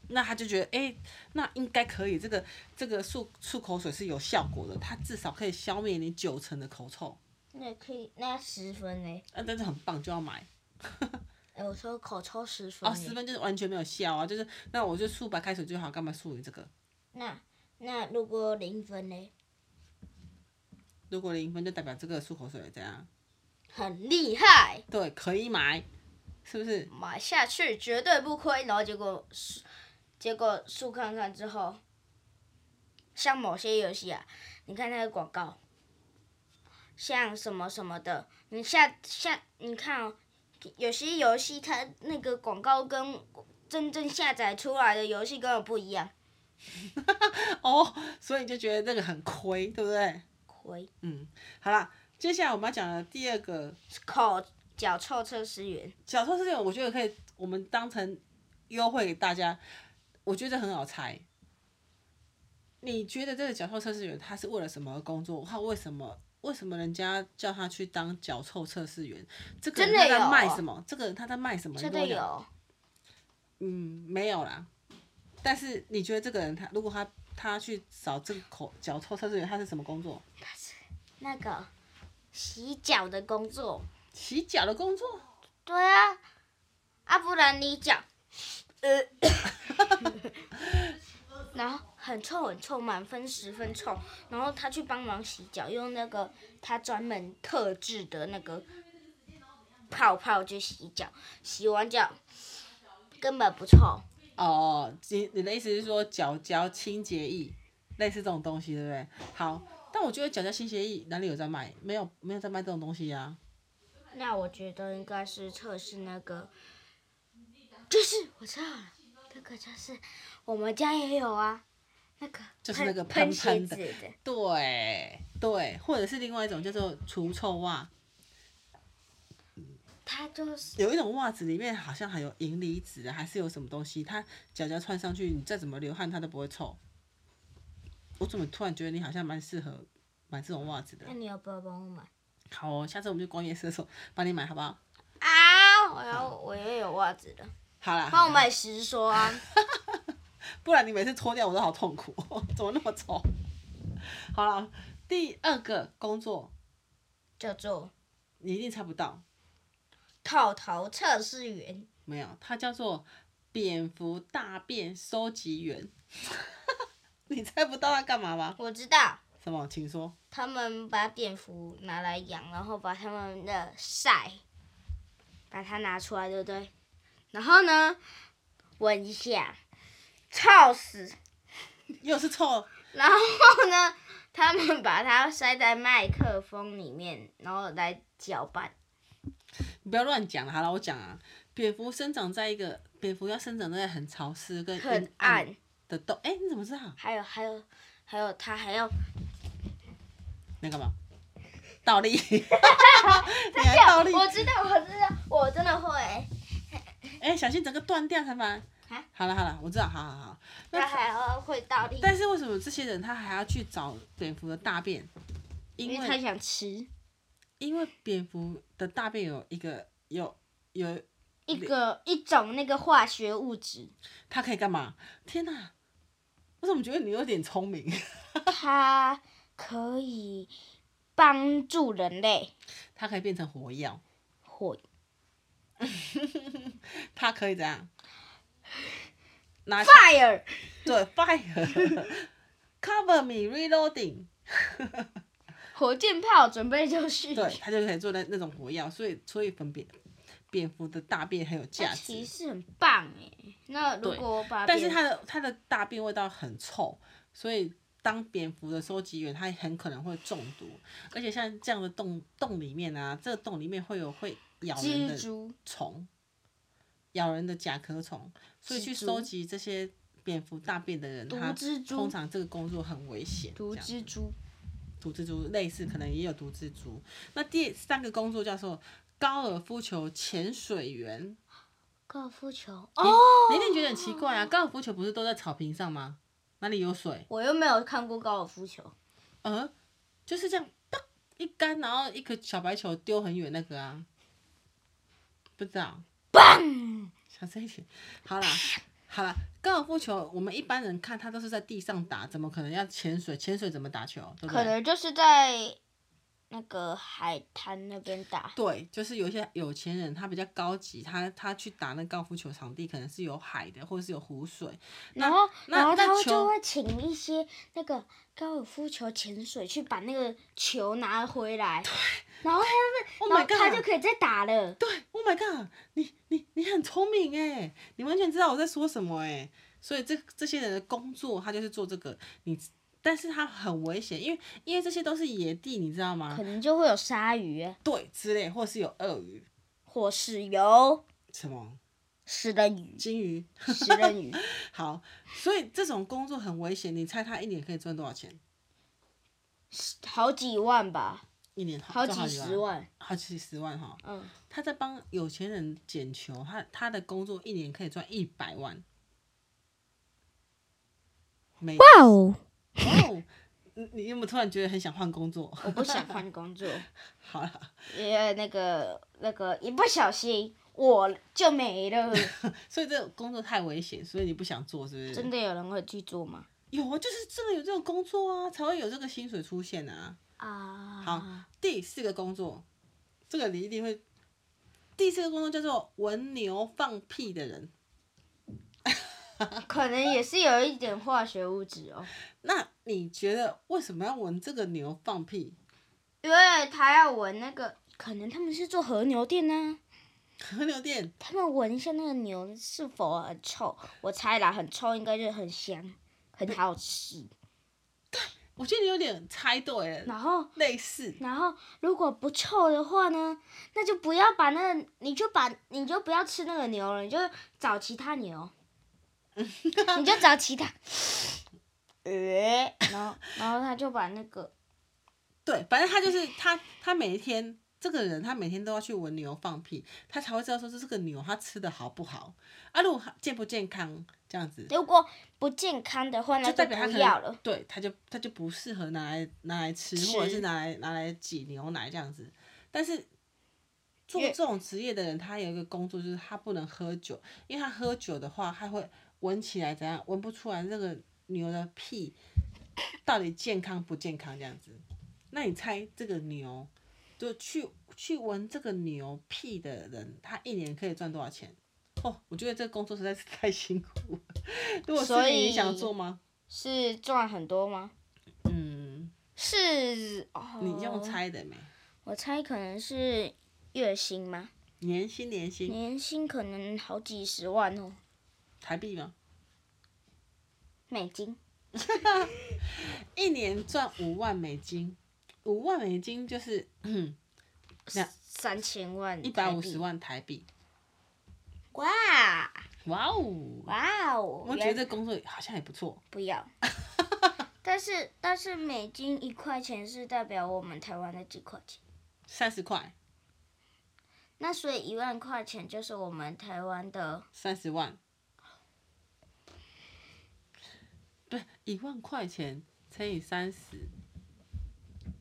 S1: 那他就觉得，哎、那应该可以，这个这个漱漱口水是有效果的，它至少可以消灭你九成的口臭，
S2: 那可以，那十分呢？
S1: 那真的很棒，就要买。
S2: 哎、我说口抽十分
S1: 哦，
S2: 呢
S1: 十分就是完全没有效啊，就是那我就漱白开水就好，干嘛漱你这个？
S2: 那那如果零分呢？
S1: 如果零分就代表这个漱口水怎样？
S2: 很厉害，
S1: 对，可以买，是不是？
S2: 买下去绝对不亏。然后结果数，结果数看看之后，像某些游戏啊，你看那个广告，像什么什么的，你下下你看哦，有些游戏它那个广告跟真正下载出来的游戏根本不一样，
S1: 哦，所以你就觉得那个很亏，对不对？
S2: 亏。
S1: 嗯，好啦，接下来我们要讲的第二个
S2: 口脚臭测试员，
S1: 小偷事件，我觉得可以我们当成优惠给大家，我觉得很好猜。你觉得这个脚臭测试员他是为了什么而工作？他为什么为什么人家叫他去当脚臭测试员？这个人
S2: 真的
S1: 他在
S2: 有
S1: 卖
S2: 啊
S1: 什么？这个人他在卖什么？
S2: 真
S1: 你跟
S2: 的
S1: 我讲
S2: 有。
S1: 嗯，没有啦。但是你觉得这个人他如果他他去找这个口脚臭测试员，他是什么工作？
S2: 那个洗脚的工作。
S1: 洗脚的工作？
S2: 对啊，啊不然你讲，呃， 然后很臭很臭，满分十分臭。然后他去帮忙洗脚，用那个他专门特制的那个泡泡去洗脚，洗完脚根本不臭。
S1: 哦，你你的意思是说脚脚清洁液，类似这种东西，对不对？好，但我觉得脚脚清洁液哪里有在卖？没有，没有在卖这种东西啊呀、
S2: 那我觉得应该是测试那个，就是我知道了，那个就是我们家也有啊，那个
S1: 就是那个
S2: 喷
S1: 喷
S2: 鞋
S1: 喷
S2: 子
S1: 的
S2: 的，
S1: 对对，或者是另外一种叫做除臭袜，
S2: 它就是
S1: 有一种袜子里面好像还有银离子啊，还是有什么东西，它脚脚穿上去，你再怎么流汗，它都不会臭。我怎么突然觉得你好像蛮适合买这种袜子的
S2: 那？你要不要帮我买
S1: 好哦，下次我们去逛夜市的时候帮你买好不好？
S2: 啊？我要我也有袜子的，
S1: 好啦，
S2: 帮我买十双啊。
S1: 不然你每次脱掉我都好痛苦， 怎么那么丑？好了，第二个工作
S2: 叫做
S1: 你一定猜不到，
S2: 口头测试员，
S1: 没有，它叫做蝙蝠大便收集员。 你猜不到它干嘛吧？
S2: 我知道
S1: 什么？请说。
S2: 他们把蝙蝠拿来养，然后把它们的晒，把它拿出来，对不对？然后呢，闻一下，臭死。
S1: 又是臭，
S2: 然后呢，他们把它塞在麦克风里面，然后来搅拌。
S1: 你不要乱讲了。好了，我讲啊，蝙蝠生长在一个蝙蝠要生长在很潮湿跟
S2: 很
S1: 阴
S2: 暗，
S1: 的洞。哎、你怎么知道？
S2: 还有还有还有，他还要
S1: 你在干嘛？倒 立。你还倒
S2: 我
S1: 立？
S2: 知道，我知道，我真的会。
S1: 哎、小心整个断掉才烦
S2: 啊。
S1: 好了好了，我知道，好好好。那
S2: 他还要会倒立，
S1: 但是为什么这些人他还要去找蝙蝠的大便？因
S2: 因为他
S1: 为
S2: 想吃
S1: 因为蝙蝠的大便有一个有有，
S2: 一个一种那个化学 物质，
S1: 它可以干嘛？天哪、我怎么觉得你有点聪明？
S2: 它可以帮助人类
S1: 它可以变成火药，
S2: 会
S1: 它可以怎 样？拿起
S2: fire
S1: 对 fire cover me reloading，
S2: 火箭炮准备就哎绪。
S1: 对，它就可以做那那种火药，所以所以分辨蝙蝠的大便很有
S2: 它
S1: 价
S2: 其
S1: 值。
S2: 实很棒哎。那如
S1: 对
S2: 果我把
S1: 但是
S2: 别
S1: 它的它的大便味道很臭，所以当蝙蝠的收集员，它很可能会中毒，而且像这样的洞洞里面啊，这个洞里面会有会咬人
S2: 蜘
S1: 的
S2: 蛛
S1: 虫，咬人的甲壳虫，所以去
S2: 蜘蛛
S1: 收集这些蝙蝠大便的人，
S2: 毒
S1: 他
S2: 蜘
S1: 通
S2: 蛛
S1: 常这个工作很危险。
S2: 毒
S1: 这样
S2: 蜘蛛
S1: 毒蜘蛛类似，可能也有毒蜘蛛。那第三个工作叫做高尔夫球潜水员，
S2: 高尔夫球
S1: 你
S2: 哦，
S1: 你一定觉得很奇怪啊！高尔夫球不是都在草坪上吗？哪里有水？
S3: 我又没有看过高尔夫球，
S1: 呃，就是这样，啪一杆，然后一颗小白球丢很远那个啊，不知道。小声一点。好啦，好啦，高尔夫球我们一般人看它都是在地上打，怎么可能要潜水？潜水怎么打球？对不
S2: 可
S1: 对？
S2: 能就是在那个海滩那边打。
S1: 对，就是有一些有钱人，他比较高级，他他去打那高尔夫球场地，可能是有海的，或者是有湖水。
S2: 然后，
S1: 那
S2: 然后
S1: 那
S2: 他会
S1: 球
S2: 就会请一些那个高尔夫球潜水去把那个球拿回来，然后他
S1: Oh
S2: 就，然
S1: my
S2: 后
S1: god！
S2: 他就可以再打了。
S1: 对，Oh my god，你你你很聪明哎，你完全知道我在说什么哎。所以这这些人的工作，他就是做这个，你但是他很危险，因为因为这些都是野地，你知道吗
S2: 可？能就会有鲨鱼，
S1: 对，之类或是有鳄鱼，
S2: 或是有
S1: 什么、
S2: 食人鱼
S1: 金鱼，
S2: 食人鱼。
S1: 好，所以这种工作很危险。你猜他一年可以赚多少钱？
S2: 好几万吧，
S1: 一年好
S2: 好
S1: 赚
S2: 几
S1: 好
S2: 十，万。
S1: 好几十万哈。
S2: 嗯，
S1: 他在帮有钱人捡球，他他的工作一年可以赚一百万。每
S2: 哇哦！
S1: 哦，你你有没有突然觉得很想换工作？
S2: 我不想换工作，
S1: 好了，
S2: 因为那个那个一不小心我就没了。
S1: 所以这种工作太危险，所以你不想做，是不是？
S2: 真的有人会去做吗？
S1: 有啊，就是真的有这种工作啊，才会有这个薪水出现啊。
S2: 啊，
S1: 好，第四个工作，这个你一定会。第四个工作叫做闻牛放屁的人。
S2: 可能也是有一点化学物质哦，
S1: 那你觉得为什么要闻这个牛放屁？
S2: 因为他要闻那个，可能他们是做和牛店呢、
S1: 和牛店
S2: 他们闻一下那个牛是否很臭，我猜啦，很臭应该就是很香，很好吃。
S1: 我觉得你有点猜对了，
S2: 然后，
S1: 类似。
S2: 然后如果不臭的话呢，那就不要把那个，你就把你就不要吃那个牛了，你就找其他 牛，你就找其他。呃，然后，然后他就把那个
S1: 对，反正他就是他，他每一天这个人，他每天都要去闻牛放屁，他才会知道说这这个牛他吃的好不好啊，如果它健不健康这样子，
S2: 如果不健康的话，那
S1: 就代表他可
S2: 不
S1: 能
S2: 要了。
S1: 对，他就他就不适合拿来拿来吃，或者
S2: 吃
S1: 是拿来拿来挤牛奶这样子。但是做
S2: 因为
S1: 这种职业的人，他有一个工作就是他不能喝酒，因为他喝酒的话，他会闻起来怎样，闻不出来这个牛的屁到底健康不健康这样子。那你猜这个牛，就去去闻这个牛屁的人，他一年可以赚多少钱？哦，我觉得这个工作实在是太辛苦了。如果是
S2: 所
S1: 你，你
S2: 以
S1: 想做吗？
S2: 是赚很多吗？
S1: 嗯，
S2: 是，哦、
S1: 你用？猜的没？
S2: 我猜可能是月薪吗？
S1: 年薪年薪
S2: 年薪可能好几十万哦，
S1: 台币吗？
S2: 美金。
S1: 一年赚五万美金，五万美金就是两
S2: 三千万，
S1: 一百五十。万嗯台币。
S2: 哇
S1: 哇哦！
S2: 哇哦！
S1: 我觉得这工作好像也不错。
S2: 不 要。但是但是美金一块钱是代表我们台湾的几块钱，
S1: 三十块，
S2: 那所以一万块钱就是我们台湾的
S1: 三十万，对，一万块钱乘以三十，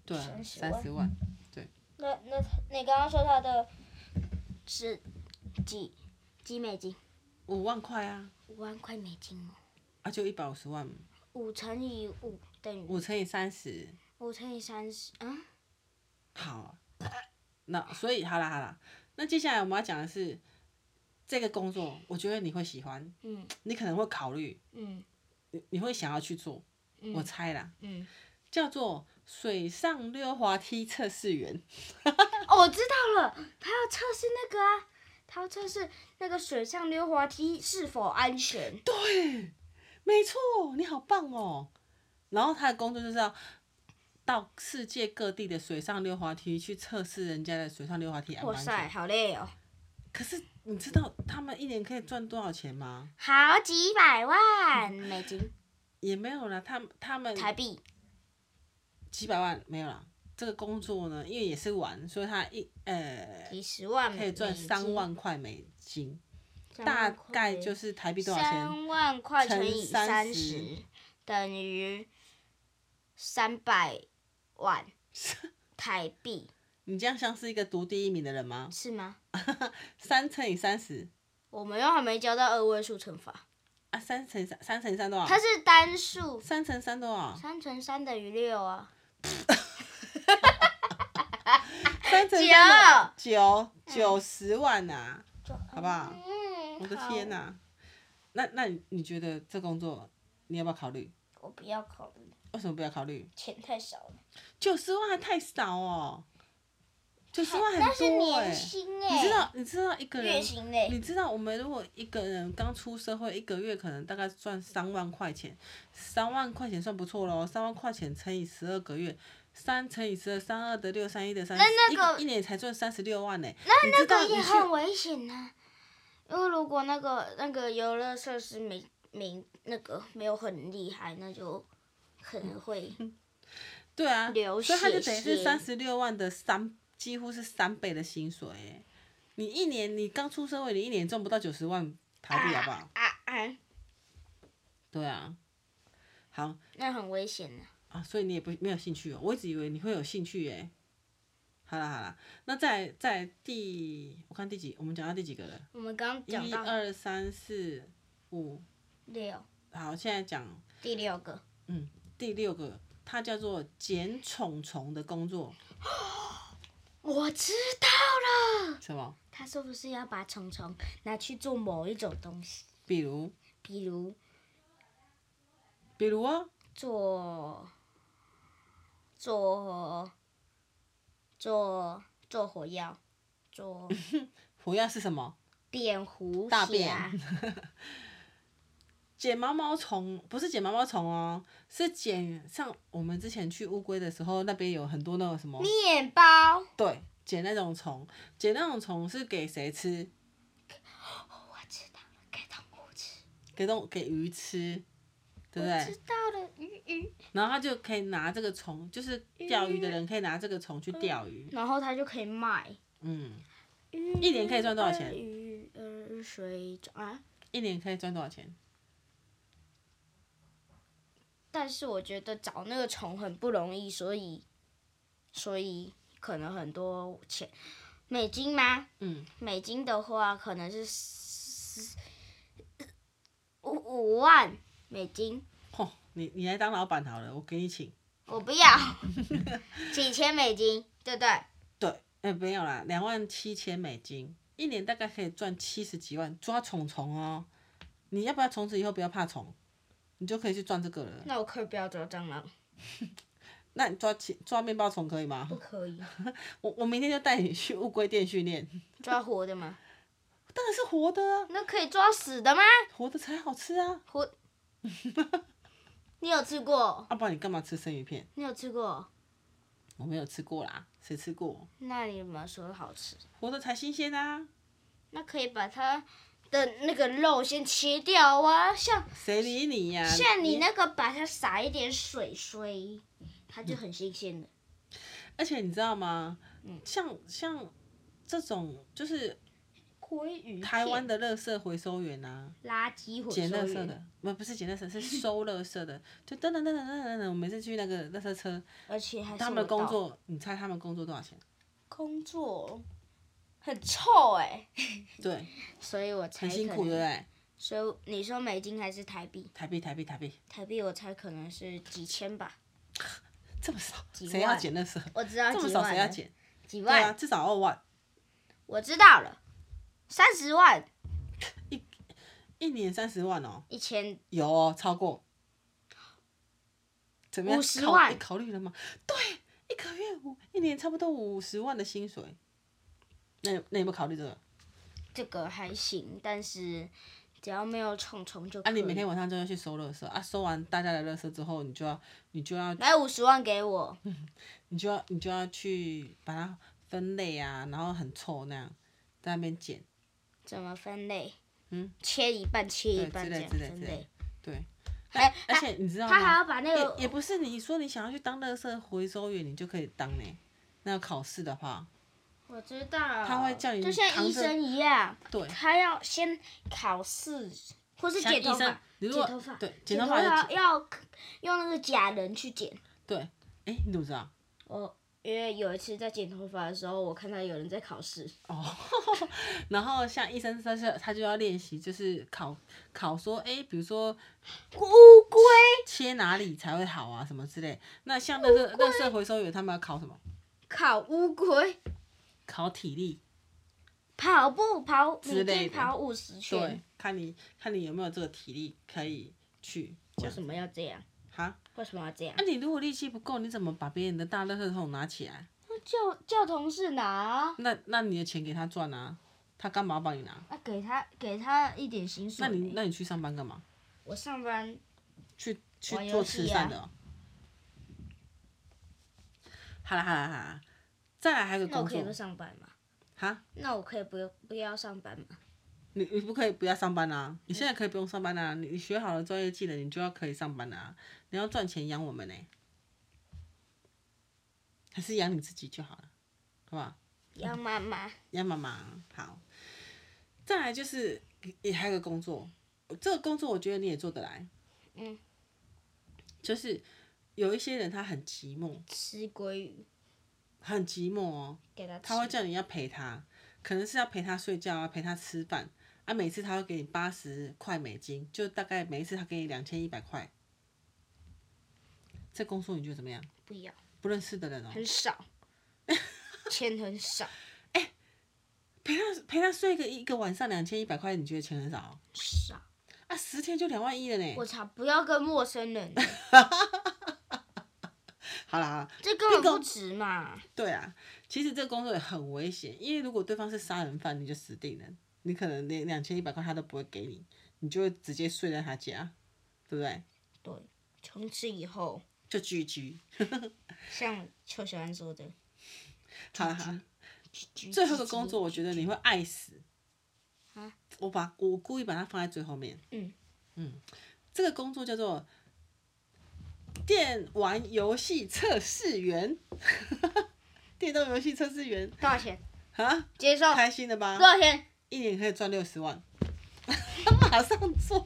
S1: 对啊，
S2: 30
S1: 三十万，
S2: 那那他你刚刚说他的是几几美金？
S1: 五万块啊，
S2: 五万块美金哦，
S1: 啊就一百五十万，
S2: 五乘以五等于
S1: 五乘以三十，
S2: 五乘以三十啊？
S1: 好，呃那所以好啦好啦，那接下来我们要讲的是这个工作，我觉得你会喜欢，
S2: 嗯
S1: 你可能会考虑，
S2: 嗯
S1: 你你会想要去做，我猜啦，
S2: 嗯，
S1: 叫做水上溜滑梯测试员。
S2: 哦，我知道了，他要测试那个啊，他要测试那个水上溜滑梯是否安全。
S1: 对，没错，你好棒哦。然后他的工作就是要到世界各地的水上溜滑梯去测试人家的水上溜滑梯安不
S2: 哇
S1: 安
S2: 塞，
S1: 全。
S2: 好累哦，
S1: 可是你知道他们一年可以赚多少钱吗？
S2: 好几
S1: 嗯
S2: 百万美金
S1: 也没有啦，他们他们
S2: 台币，
S1: 几百万没有啦。这个工作呢，因为也是玩，所以他一呃
S2: 几十万美
S1: 可以赚
S2: 金
S1: 三，万块美金，
S2: 三
S1: 大
S2: 万块
S1: 概就是台币多少钱？
S2: 三万块乘
S1: 乘
S2: 以
S1: 30
S2: 三十等于三百 万台币，
S1: 你这样像是一个读第一名的人吗？
S2: 是吗？
S1: 三乘以三十
S2: 我们又还没教到二位数乘法，
S1: 啊，三乘以三三乘以三多少？
S2: 它是单数，
S1: 三乘三多少？
S2: 三乘三等于六啊，
S1: 三乘三九九十万呐、好不好？
S2: 嗯，
S1: 我的天
S2: 哪、
S1: 呐、那那你你觉得这工作你要不要考虑？
S2: 我不要考虑，
S1: 为什么不要考虑？
S2: 钱太少了，
S1: 九十万还太少哦，九十万很
S2: 那是
S1: 多哎、
S2: 年薪哎、
S1: 你知道你知道一个
S2: 月
S1: 人，
S2: 薪欸嘞、
S1: 你知道我们如果一个人刚出社会，一个月可能大概赚三万块钱，三万块钱算不错喽，三万块钱乘以十二个月。三乘以十二，三二得六，三一得三，
S2: 那那个
S1: 一一年才赚三十六万呢、那
S2: 那
S1: 那
S2: 个也很危险啊呐、因为如果那个那个游乐设施没没那个没有很厉害，那就可能会
S1: 对啊，
S2: 流
S1: 所以他就
S2: 血
S1: 等于是
S2: 线
S1: 三十六万的三，几乎是三倍的薪水耶。你一年，你刚出社会，你一年赚不到九十万台币，好不好？
S2: 啊啊，
S1: 对啊，好
S2: 那很危险呐、
S1: 啊，所以你也不没有兴趣哦。我一直以为你会有兴趣耶。好啦好啦，那在在第我看第几，我们讲到第几个了？
S2: 我们刚刚讲
S1: 一
S2: 到
S1: 二三四五，
S2: 六
S1: 好，现在讲
S2: 第六个，
S1: 第六个，它叫做捡虫虫的工作，
S2: 我知道了，
S1: 什么？
S2: 他是不是要把虫虫拿去做某一种东西，
S1: 比如
S2: 比如
S1: 比如哦。
S2: 做做做做火药， 做
S1: 火药是什么？
S2: 蝙蝠
S1: 大便
S2: 侠
S1: 捡毛毛虫不是捡毛毛虫哦，是捡像我们之前去乌龟的时候，那边有很多那个什么，
S2: 面包。
S1: 对，捡那种虫，捡那种虫是给谁吃？
S2: 我知道了，给动物吃。
S1: 给动给鱼吃，对不对？
S2: 知道了，鱼鱼。
S1: 然后他就可以拿这个虫，就是钓鱼的人可以拿这个虫去钓鱼，
S2: 然后它就可以卖。
S1: 嗯，
S2: 一
S1: 年可以赚多少钱
S2: 鱼儿水中啊！
S1: 一年可以赚多少钱？
S2: 但是我觉得找那个虫很不容易，所以所以可能很多钱，美金吗？
S1: 嗯，
S2: 美金的话可能是十五五万美金。
S1: 吼，你你来当老板好了，我给你请。
S2: 我不 要几千美金，对不对？
S1: 对，哎、没有啦，两万七千美金，一年大概可以赚七十几万，抓虫虫哦。你要不要从此以后不要怕虫，你就可以去赚这个了？
S2: 那我可以不要找蟑螂，
S1: 那你抓起抓面包虫可以吗
S2: 不？可以
S1: 我我明天就带你去乌龟店训练，
S2: 抓活的吗？
S1: 当然是活的啊，
S2: 那可以抓死的吗？
S1: 活的才好吃啊！
S2: 活，你有吃过？
S1: 啊要、不然你干嘛吃生鱼片？
S2: 你有吃过？
S1: 我没有吃过啦，谁吃过？
S2: 那你们说好吃？
S1: 活的才新鲜啊！
S2: 那可以把它的那个肉先切掉啊，像
S1: 谁理你呀、
S2: 像你那个把它撒一点水水，它就很新鲜的。
S1: 而且你知道吗？
S2: 嗯
S1: 像像这种就是
S2: 鲑鱼片
S1: 台湾的垃圾回收员啊，
S2: 垃圾回
S1: 捡垃
S2: 收
S1: 圾
S2: 员，
S1: 的，不不是捡垃圾， 是收垃圾的，就噔噔噔噔噔噔噔，我每次去那个垃圾车，
S2: 而且还是
S1: 他们的
S2: 我到
S1: 工作，你猜他们工作多少钱？
S2: 工作很臭 哎、
S1: 对，
S2: 所以我猜
S1: 很辛
S2: 可
S1: 苦，对不
S2: 能
S1: 对？
S2: 所以你说美金还是台币？
S1: 台币台币台币，
S2: 台币我猜可能是几千吧，
S1: 这么少，
S2: 几
S1: 谁要
S2: 万
S1: 捡垃圾？
S2: 我知道
S1: 这么
S2: 几
S1: 少
S2: 万
S1: 谁要
S2: 了
S1: 捡？
S2: 几
S1: 对啊，
S2: 万，
S1: 至少二万，
S2: 我知道了，三十万
S1: 一年三十万哦，
S2: 一千，
S1: 有哦，超过。怎么样？
S2: 50
S1: 考
S2: 万
S1: 你考虑了吗？对，一个月五，一年差不多五十万的薪水。那你那你有没有考虑这个？
S2: 这个还行，但是只要没有虫虫就可
S1: 啊，
S2: 以。
S1: 你每天晚上就要去收垃圾啊，收完大家的垃圾之后，你就要你就要
S2: 来五十万给我，
S1: 你就要你就要去把它分类啊，然后很臭那样，在那边捡，
S2: 怎么分类？
S1: 嗯，
S2: 切一半，切一
S1: 对，
S2: 半
S1: 之
S2: 这
S1: 类
S2: 样
S1: 之类
S2: 分
S1: 之类
S2: 类。，
S1: 对，而
S2: 哎
S1: 而
S2: 他
S1: 且你知道吗？
S2: 他还要把那个
S1: 也也不是你说你想要去当垃圾回收员，你就可以当呢、那要考试的话，
S2: 我知道，
S1: 他会叫你
S2: 就像
S1: 扛
S2: 医
S1: 着
S2: 生一样，
S1: 对
S2: 他要先考试，或是
S1: 像
S2: 剪
S1: 医
S2: 头
S1: 生
S2: 发，，
S1: 你如
S2: 剪
S1: 果
S2: 头发，
S1: 对
S2: 剪
S1: 剪头
S2: 发
S1: 发
S2: 要
S1: 就剪
S2: 要用那个假人去剪。
S1: 对，哎、你怎么知道？
S2: 我因为有一次在剪头发的时候，我看到有人在考试，
S1: 哦，然后像医生，他是他就要练习，就是考考说，哎、比如说
S2: 乌龟
S1: 切哪里才会好啊，什么之类。那像那个垃圾回收员，他们要考什么？
S2: 考乌龟，
S1: 考体力，
S2: 跑步跑
S1: 之
S2: 每
S1: 类
S2: 天
S1: 的
S2: 跑五十圈
S1: 对，，看你看你有没有这个体力可以去
S2: 为
S1: 讲
S2: 什么要这样？
S1: 哈。
S2: 为什么要这样
S1: 那、？你如果力气不够，你怎么把别人的大垃圾桶拿起来？
S2: 叫叫同事拿啊，
S1: 那那你的钱给他赚啊，他干嘛帮你拿？
S2: 那给他给他一点薪水
S1: 那
S2: 没。
S1: 你那你去上班干嘛？
S2: 我上班
S1: 去去
S2: 玩游
S1: 做
S2: 戏
S1: 慈
S2: 啊
S1: 善的、哦。好啦好啦好啦，再来还有一个
S2: 那我
S1: 工
S2: 可以不
S1: 作
S2: 上班吗？
S1: 哈，
S2: 那我可以不用不要上班吗？
S1: 你你不可以不要上班啊！
S2: 嗯
S1: 你现在可以不用上班啊！你你学好了专业技能，你就要可以上班啊！你要赚钱养我们呢、还是养你自己就好了，好不好？
S2: 要妈妈，
S1: 养妈妈好。再来就是也还有个工作，这个工作我觉得你也做得来，
S2: 嗯，
S1: 就是有一些人他很寂寞，
S2: 吃鲑鱼
S1: 很寂寞哦，
S2: 给他吃。
S1: 他会叫你要陪他，可能是要陪他睡觉啊，陪他吃饭啊。每次他会给你八十块美金，就大概每一次他给你两千一百块。这工作你觉得怎么样？
S2: 不要，
S1: 不认识的人哦，
S2: 很少，钱很少，
S1: 陪他陪他睡个一个晚上两千一百块，你觉得钱很少哦、
S2: 少。
S1: 啊？十天就两万一了呢。
S2: 我操！不要跟陌生人，
S1: 好啦好啦，
S2: 这根本不值嘛。
S1: 对啊，其实这个工作也很危险，因为如果对方是杀人犯，你就死定了，你可能连两千一百块他都不会给你，你就会直接睡在他家，对不对？
S2: 对，从此以后，
S1: 就 GG。
S2: 像邱小安说的，
S1: 好啦好啦，
S2: 狙
S1: 最后一
S2: 击
S1: 个工
S2: 机
S1: 作我觉得你会爱死。
S2: 啊？
S1: 我把我故意把它放在最后面。
S2: 嗯
S1: 嗯，这个工作叫做电玩游戏测试员，电动游戏测试员
S2: 多少钱？
S1: 啊，
S2: 接受
S1: 开心的吧？
S2: 多少钱？
S1: 一年可以赚六十万， 马上做，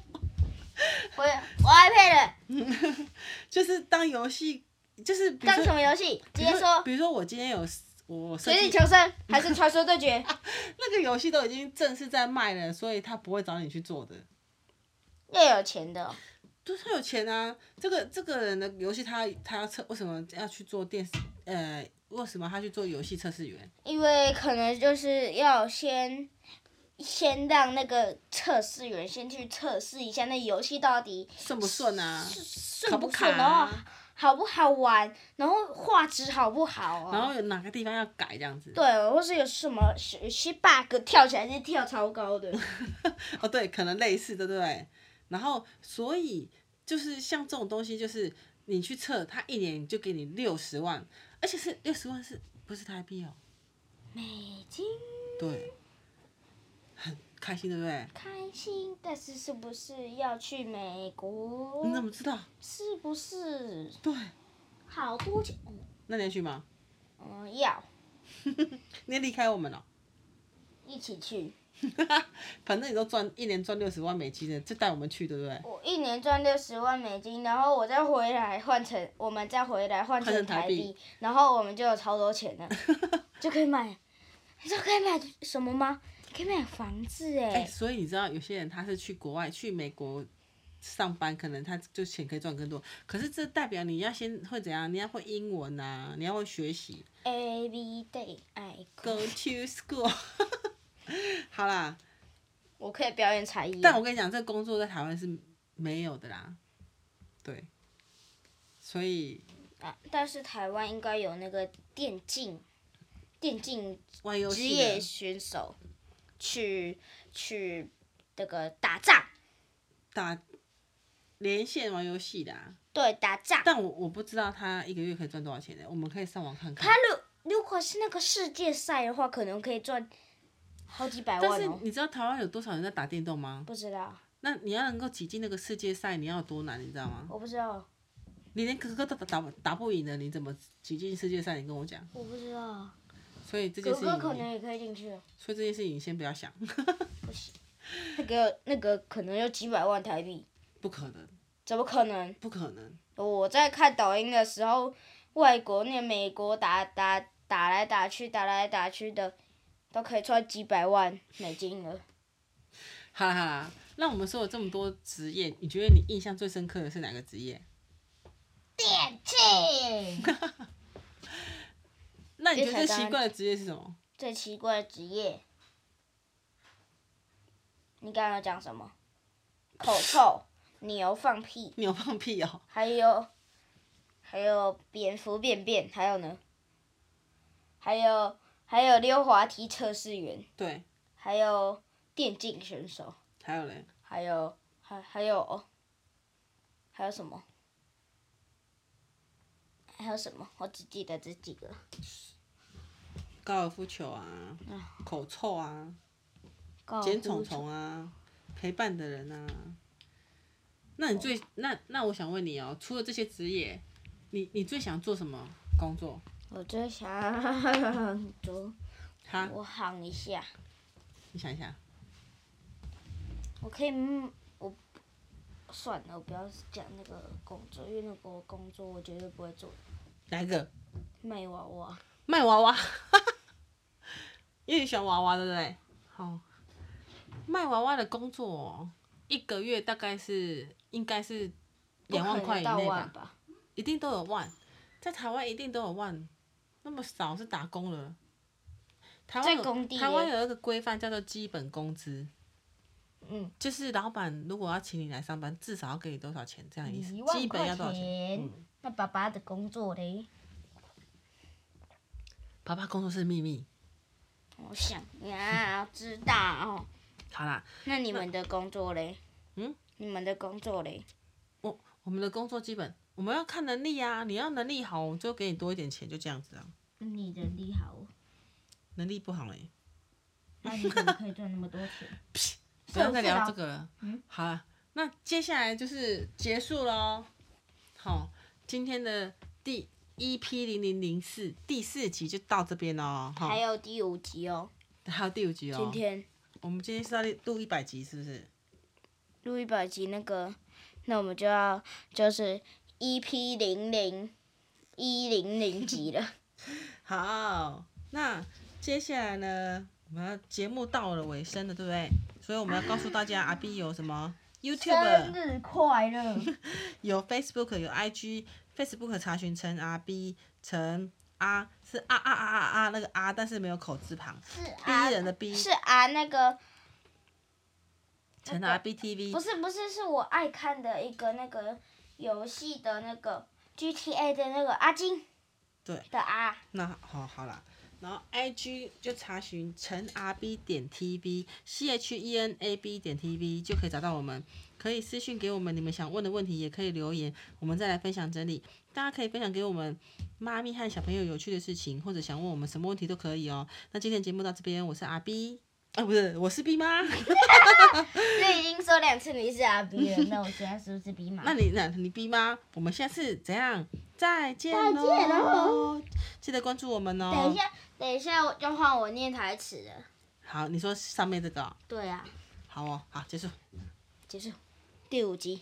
S2: 我我 iPad 了
S1: 就是当游戏，就是比如
S2: 当什
S1: 说，
S2: 么游戏？直
S1: 比如
S2: 接
S1: 说，
S2: 说
S1: 比如说我今天有我设
S2: 绝地
S1: 计
S2: 求生还是传说对决？
S1: 那个游戏都已经正式在卖了，所以他不会找你去做的，
S2: 要有钱的哦，
S1: 就是他有钱啊。这个这个人的游戏他他要测，为什么要去做电视？呃，为什么他去做游戏测试员？
S2: 因为可能就是要先先让那个测试员先去测试一下那游戏到底
S1: 顺不顺啊？卡
S2: 顺
S1: 不
S2: 不
S1: 卡
S2: 顺，然后
S1: 啊？
S2: 好不好玩，然后画质好不好
S1: 然
S2: 哦。
S1: 后有哪个地方要改这样子？
S2: 对，或是有什么有些 bug 跳起来是跳超 高的，
S1: 哦，对，可能类似的，对不对？然后，所以就是像这种东西，就是你去测，他一年就给你六十万，而且是六十万是不是台币哦？
S2: 美金
S1: 对，很开心，对不对？
S2: 开心，但是是不是要去美国？
S1: 你怎么知道？
S2: 是不是
S1: 对，
S2: 好多钱？
S1: 那你要去吗？
S2: 嗯，要
S1: 你要离开我们了、
S2: 一起去。
S1: 反正你都赚一年赚六十万美金的，就带我们去，对不对？
S2: 我一年赚六十万美金，然后我再回来换成，我们再回来换
S1: 换成
S2: 成
S1: 台
S2: 台
S1: 币
S2: 币，然后我们就有超多钱 了，就可以买，你知道可以买什么吗？可以买房子哎、
S1: 哎、所以你知道有些人他是去国外，去美国上班，可能他就钱可以赚更多。可是这代表你要先会怎样？你要会英文啊，你要会学习。
S2: a B day 爱
S1: Go
S2: 国，
S1: to school 。 好啦，
S2: 我可以表演才艺。啊
S1: 但我跟你讲，这工作在台湾是没有的啦。对，所以
S2: 啊但是台湾应该有那个电竞，电竞
S1: 玩游
S2: 职
S1: 戏
S2: 业
S1: 的
S2: 选手去去那个打仗，
S1: 打连线玩游戏的啊，
S2: 对，打仗。
S1: 但我我不知道他一个月可以赚多少钱呢？我们可以上网看
S2: 他
S1: 看。
S2: 如如果是那个世界赛的话，可能可以赚好几百
S1: 但
S2: 万
S1: 是
S2: 哦。
S1: 你知道台湾有多少人在打电动吗？
S2: 不知道，
S1: 那你要能够挤进那个世界赛，你要有多难，你知道吗？
S2: 我不知道，
S1: 你连哥哥都打打打不赢了，你怎么挤进世界赛？你跟我讲。
S2: 我不知道，
S1: 所以这件
S2: 哥
S1: 事情
S2: 哥可
S1: 你，
S2: 能也可以进去哦，
S1: 所以这件事情你先不要想，
S2: 那个那个可能有几百万台币，
S1: 不可能，
S2: 怎么可能？
S1: 不可能。
S2: 我在看抖音的时候，外国那美国打打打来打去，打来打去的，都可以赚几百万美金了。
S1: 好啦好啦，那我们说了这么多职业，你觉得你印象最深刻的是哪个职业？
S3: 电器，
S1: 那你觉得最奇怪的职业是什么？
S2: 最奇怪的职业，你刚刚讲什么？口臭、牛放屁，
S1: 牛放屁哦、
S2: 还有还有蝙蝠便便，还有呢？还有还有溜滑梯测试员，
S1: 对，
S2: 还有电竞选手。
S1: 还有嘞，
S2: 还有还还有、哦，还有什么？还有什么？我只记得这几个。
S1: 高尔夫球啊，口臭啊，
S2: 高尔
S1: 捡
S2: 夫
S1: 虫
S2: 球
S1: 哦虫啊，陪伴的人啊。那你最那那我想问你哦、除了这些职业，你你最想做什么工作？
S2: 我最想 做，
S1: 哈，
S2: 我喊一下，
S1: 你想一下，
S2: 我可以，嗯我算了，我不要讲那个工作，因为那个工作我绝对不会做。啊
S1: 哪一个？
S2: 卖娃娃，
S1: 卖娃 娃，因为你喜欢娃娃，对不对？好，卖娃娃的工作、哦，一个月大概是应该是两万块以
S2: 不可能
S1: 内
S2: 到
S1: 吧
S2: 万，吧？
S1: 一定都有万，在台湾一定都有万，那么少是打工了。台湾有
S2: 在工地耶
S1: 台湾有一个规范叫做基本工资，
S2: 嗯，
S1: 就是老板如果要请你来上班，至少要给你多少钱，这样的意思
S2: 一。
S1: 基
S2: 万
S1: 本
S2: 块
S1: 要多少钱？嗯
S2: 钱。那爸爸的工作嘞？
S1: 爸爸工作是秘密。
S2: 我想要知道哦。
S1: 好啦，
S2: 那你们的工作嘞？
S1: 嗯，
S2: 你们的工作嘞？
S1: 我我们的工作基本我们要看能力啊，你要能力好，我们就给你多一点钱，就这样子啊。
S2: 你人力好，哦
S1: 能力不好嘞，
S2: 那你怎么可以赚那么多钱？
S1: 不要再
S2: 是
S1: 聊
S2: 啊
S1: 这个了。好了，那接下来就是结束喽。好，今天的第 EP 零零零四第四集就到这边喽。哈
S2: 还有第五 集哦，
S1: 还有第五集哦。
S2: 今天
S1: 我们今天是要录一百集，是不是？
S2: 录一百集那个，那我们就要就是 EP 零零一零零 集了。
S1: 好，那接下来呢，我们要节目到了尾声了，对不对？所以我们要告诉大家，阿 B 有什么 YouTube。
S2: 日快 乐！
S1: 有 Facebook 有 IG，Facebook 查询陈 R B 陈 R 是啊啊啊啊啊那个 R，但是没有口字旁
S2: 是
S1: ，B 人的
S2: 啊，
S1: B，
S2: 是啊，那个
S1: 陈
S2: 那个
S1: R B T
S2: 不
S1: V
S2: 是不是，是我爱看的一个那个游戏的那个 GTA 的那个阿金
S1: 对，
S2: 的啊，
S1: 那好好啦。然后 I G 就查询陈 R B 点 T V C H E N A B 点 T V 就可以找到我们，可以私讯给我们你们想问的问题，也可以留言，我们再来分享整理。大家可以分享给我们妈咪和小朋友有趣的事情，或者想问我们什么问题都可以哦。那今天节目到这边，我是 R B，啊不是，我是 B 妈。
S2: 那已经说两次你是阿 B 了，那我现在是不是 B 马
S1: 那你那你逼吗？我们下次怎样？再见喽！
S2: 再见喽
S1: 记得关注我们哦。
S2: 等一下，等一下，我就换我念台词了。
S1: 好，你说上面这个哦，
S2: 对啊，
S1: 好哦，好，结束。
S2: 结束，第五集。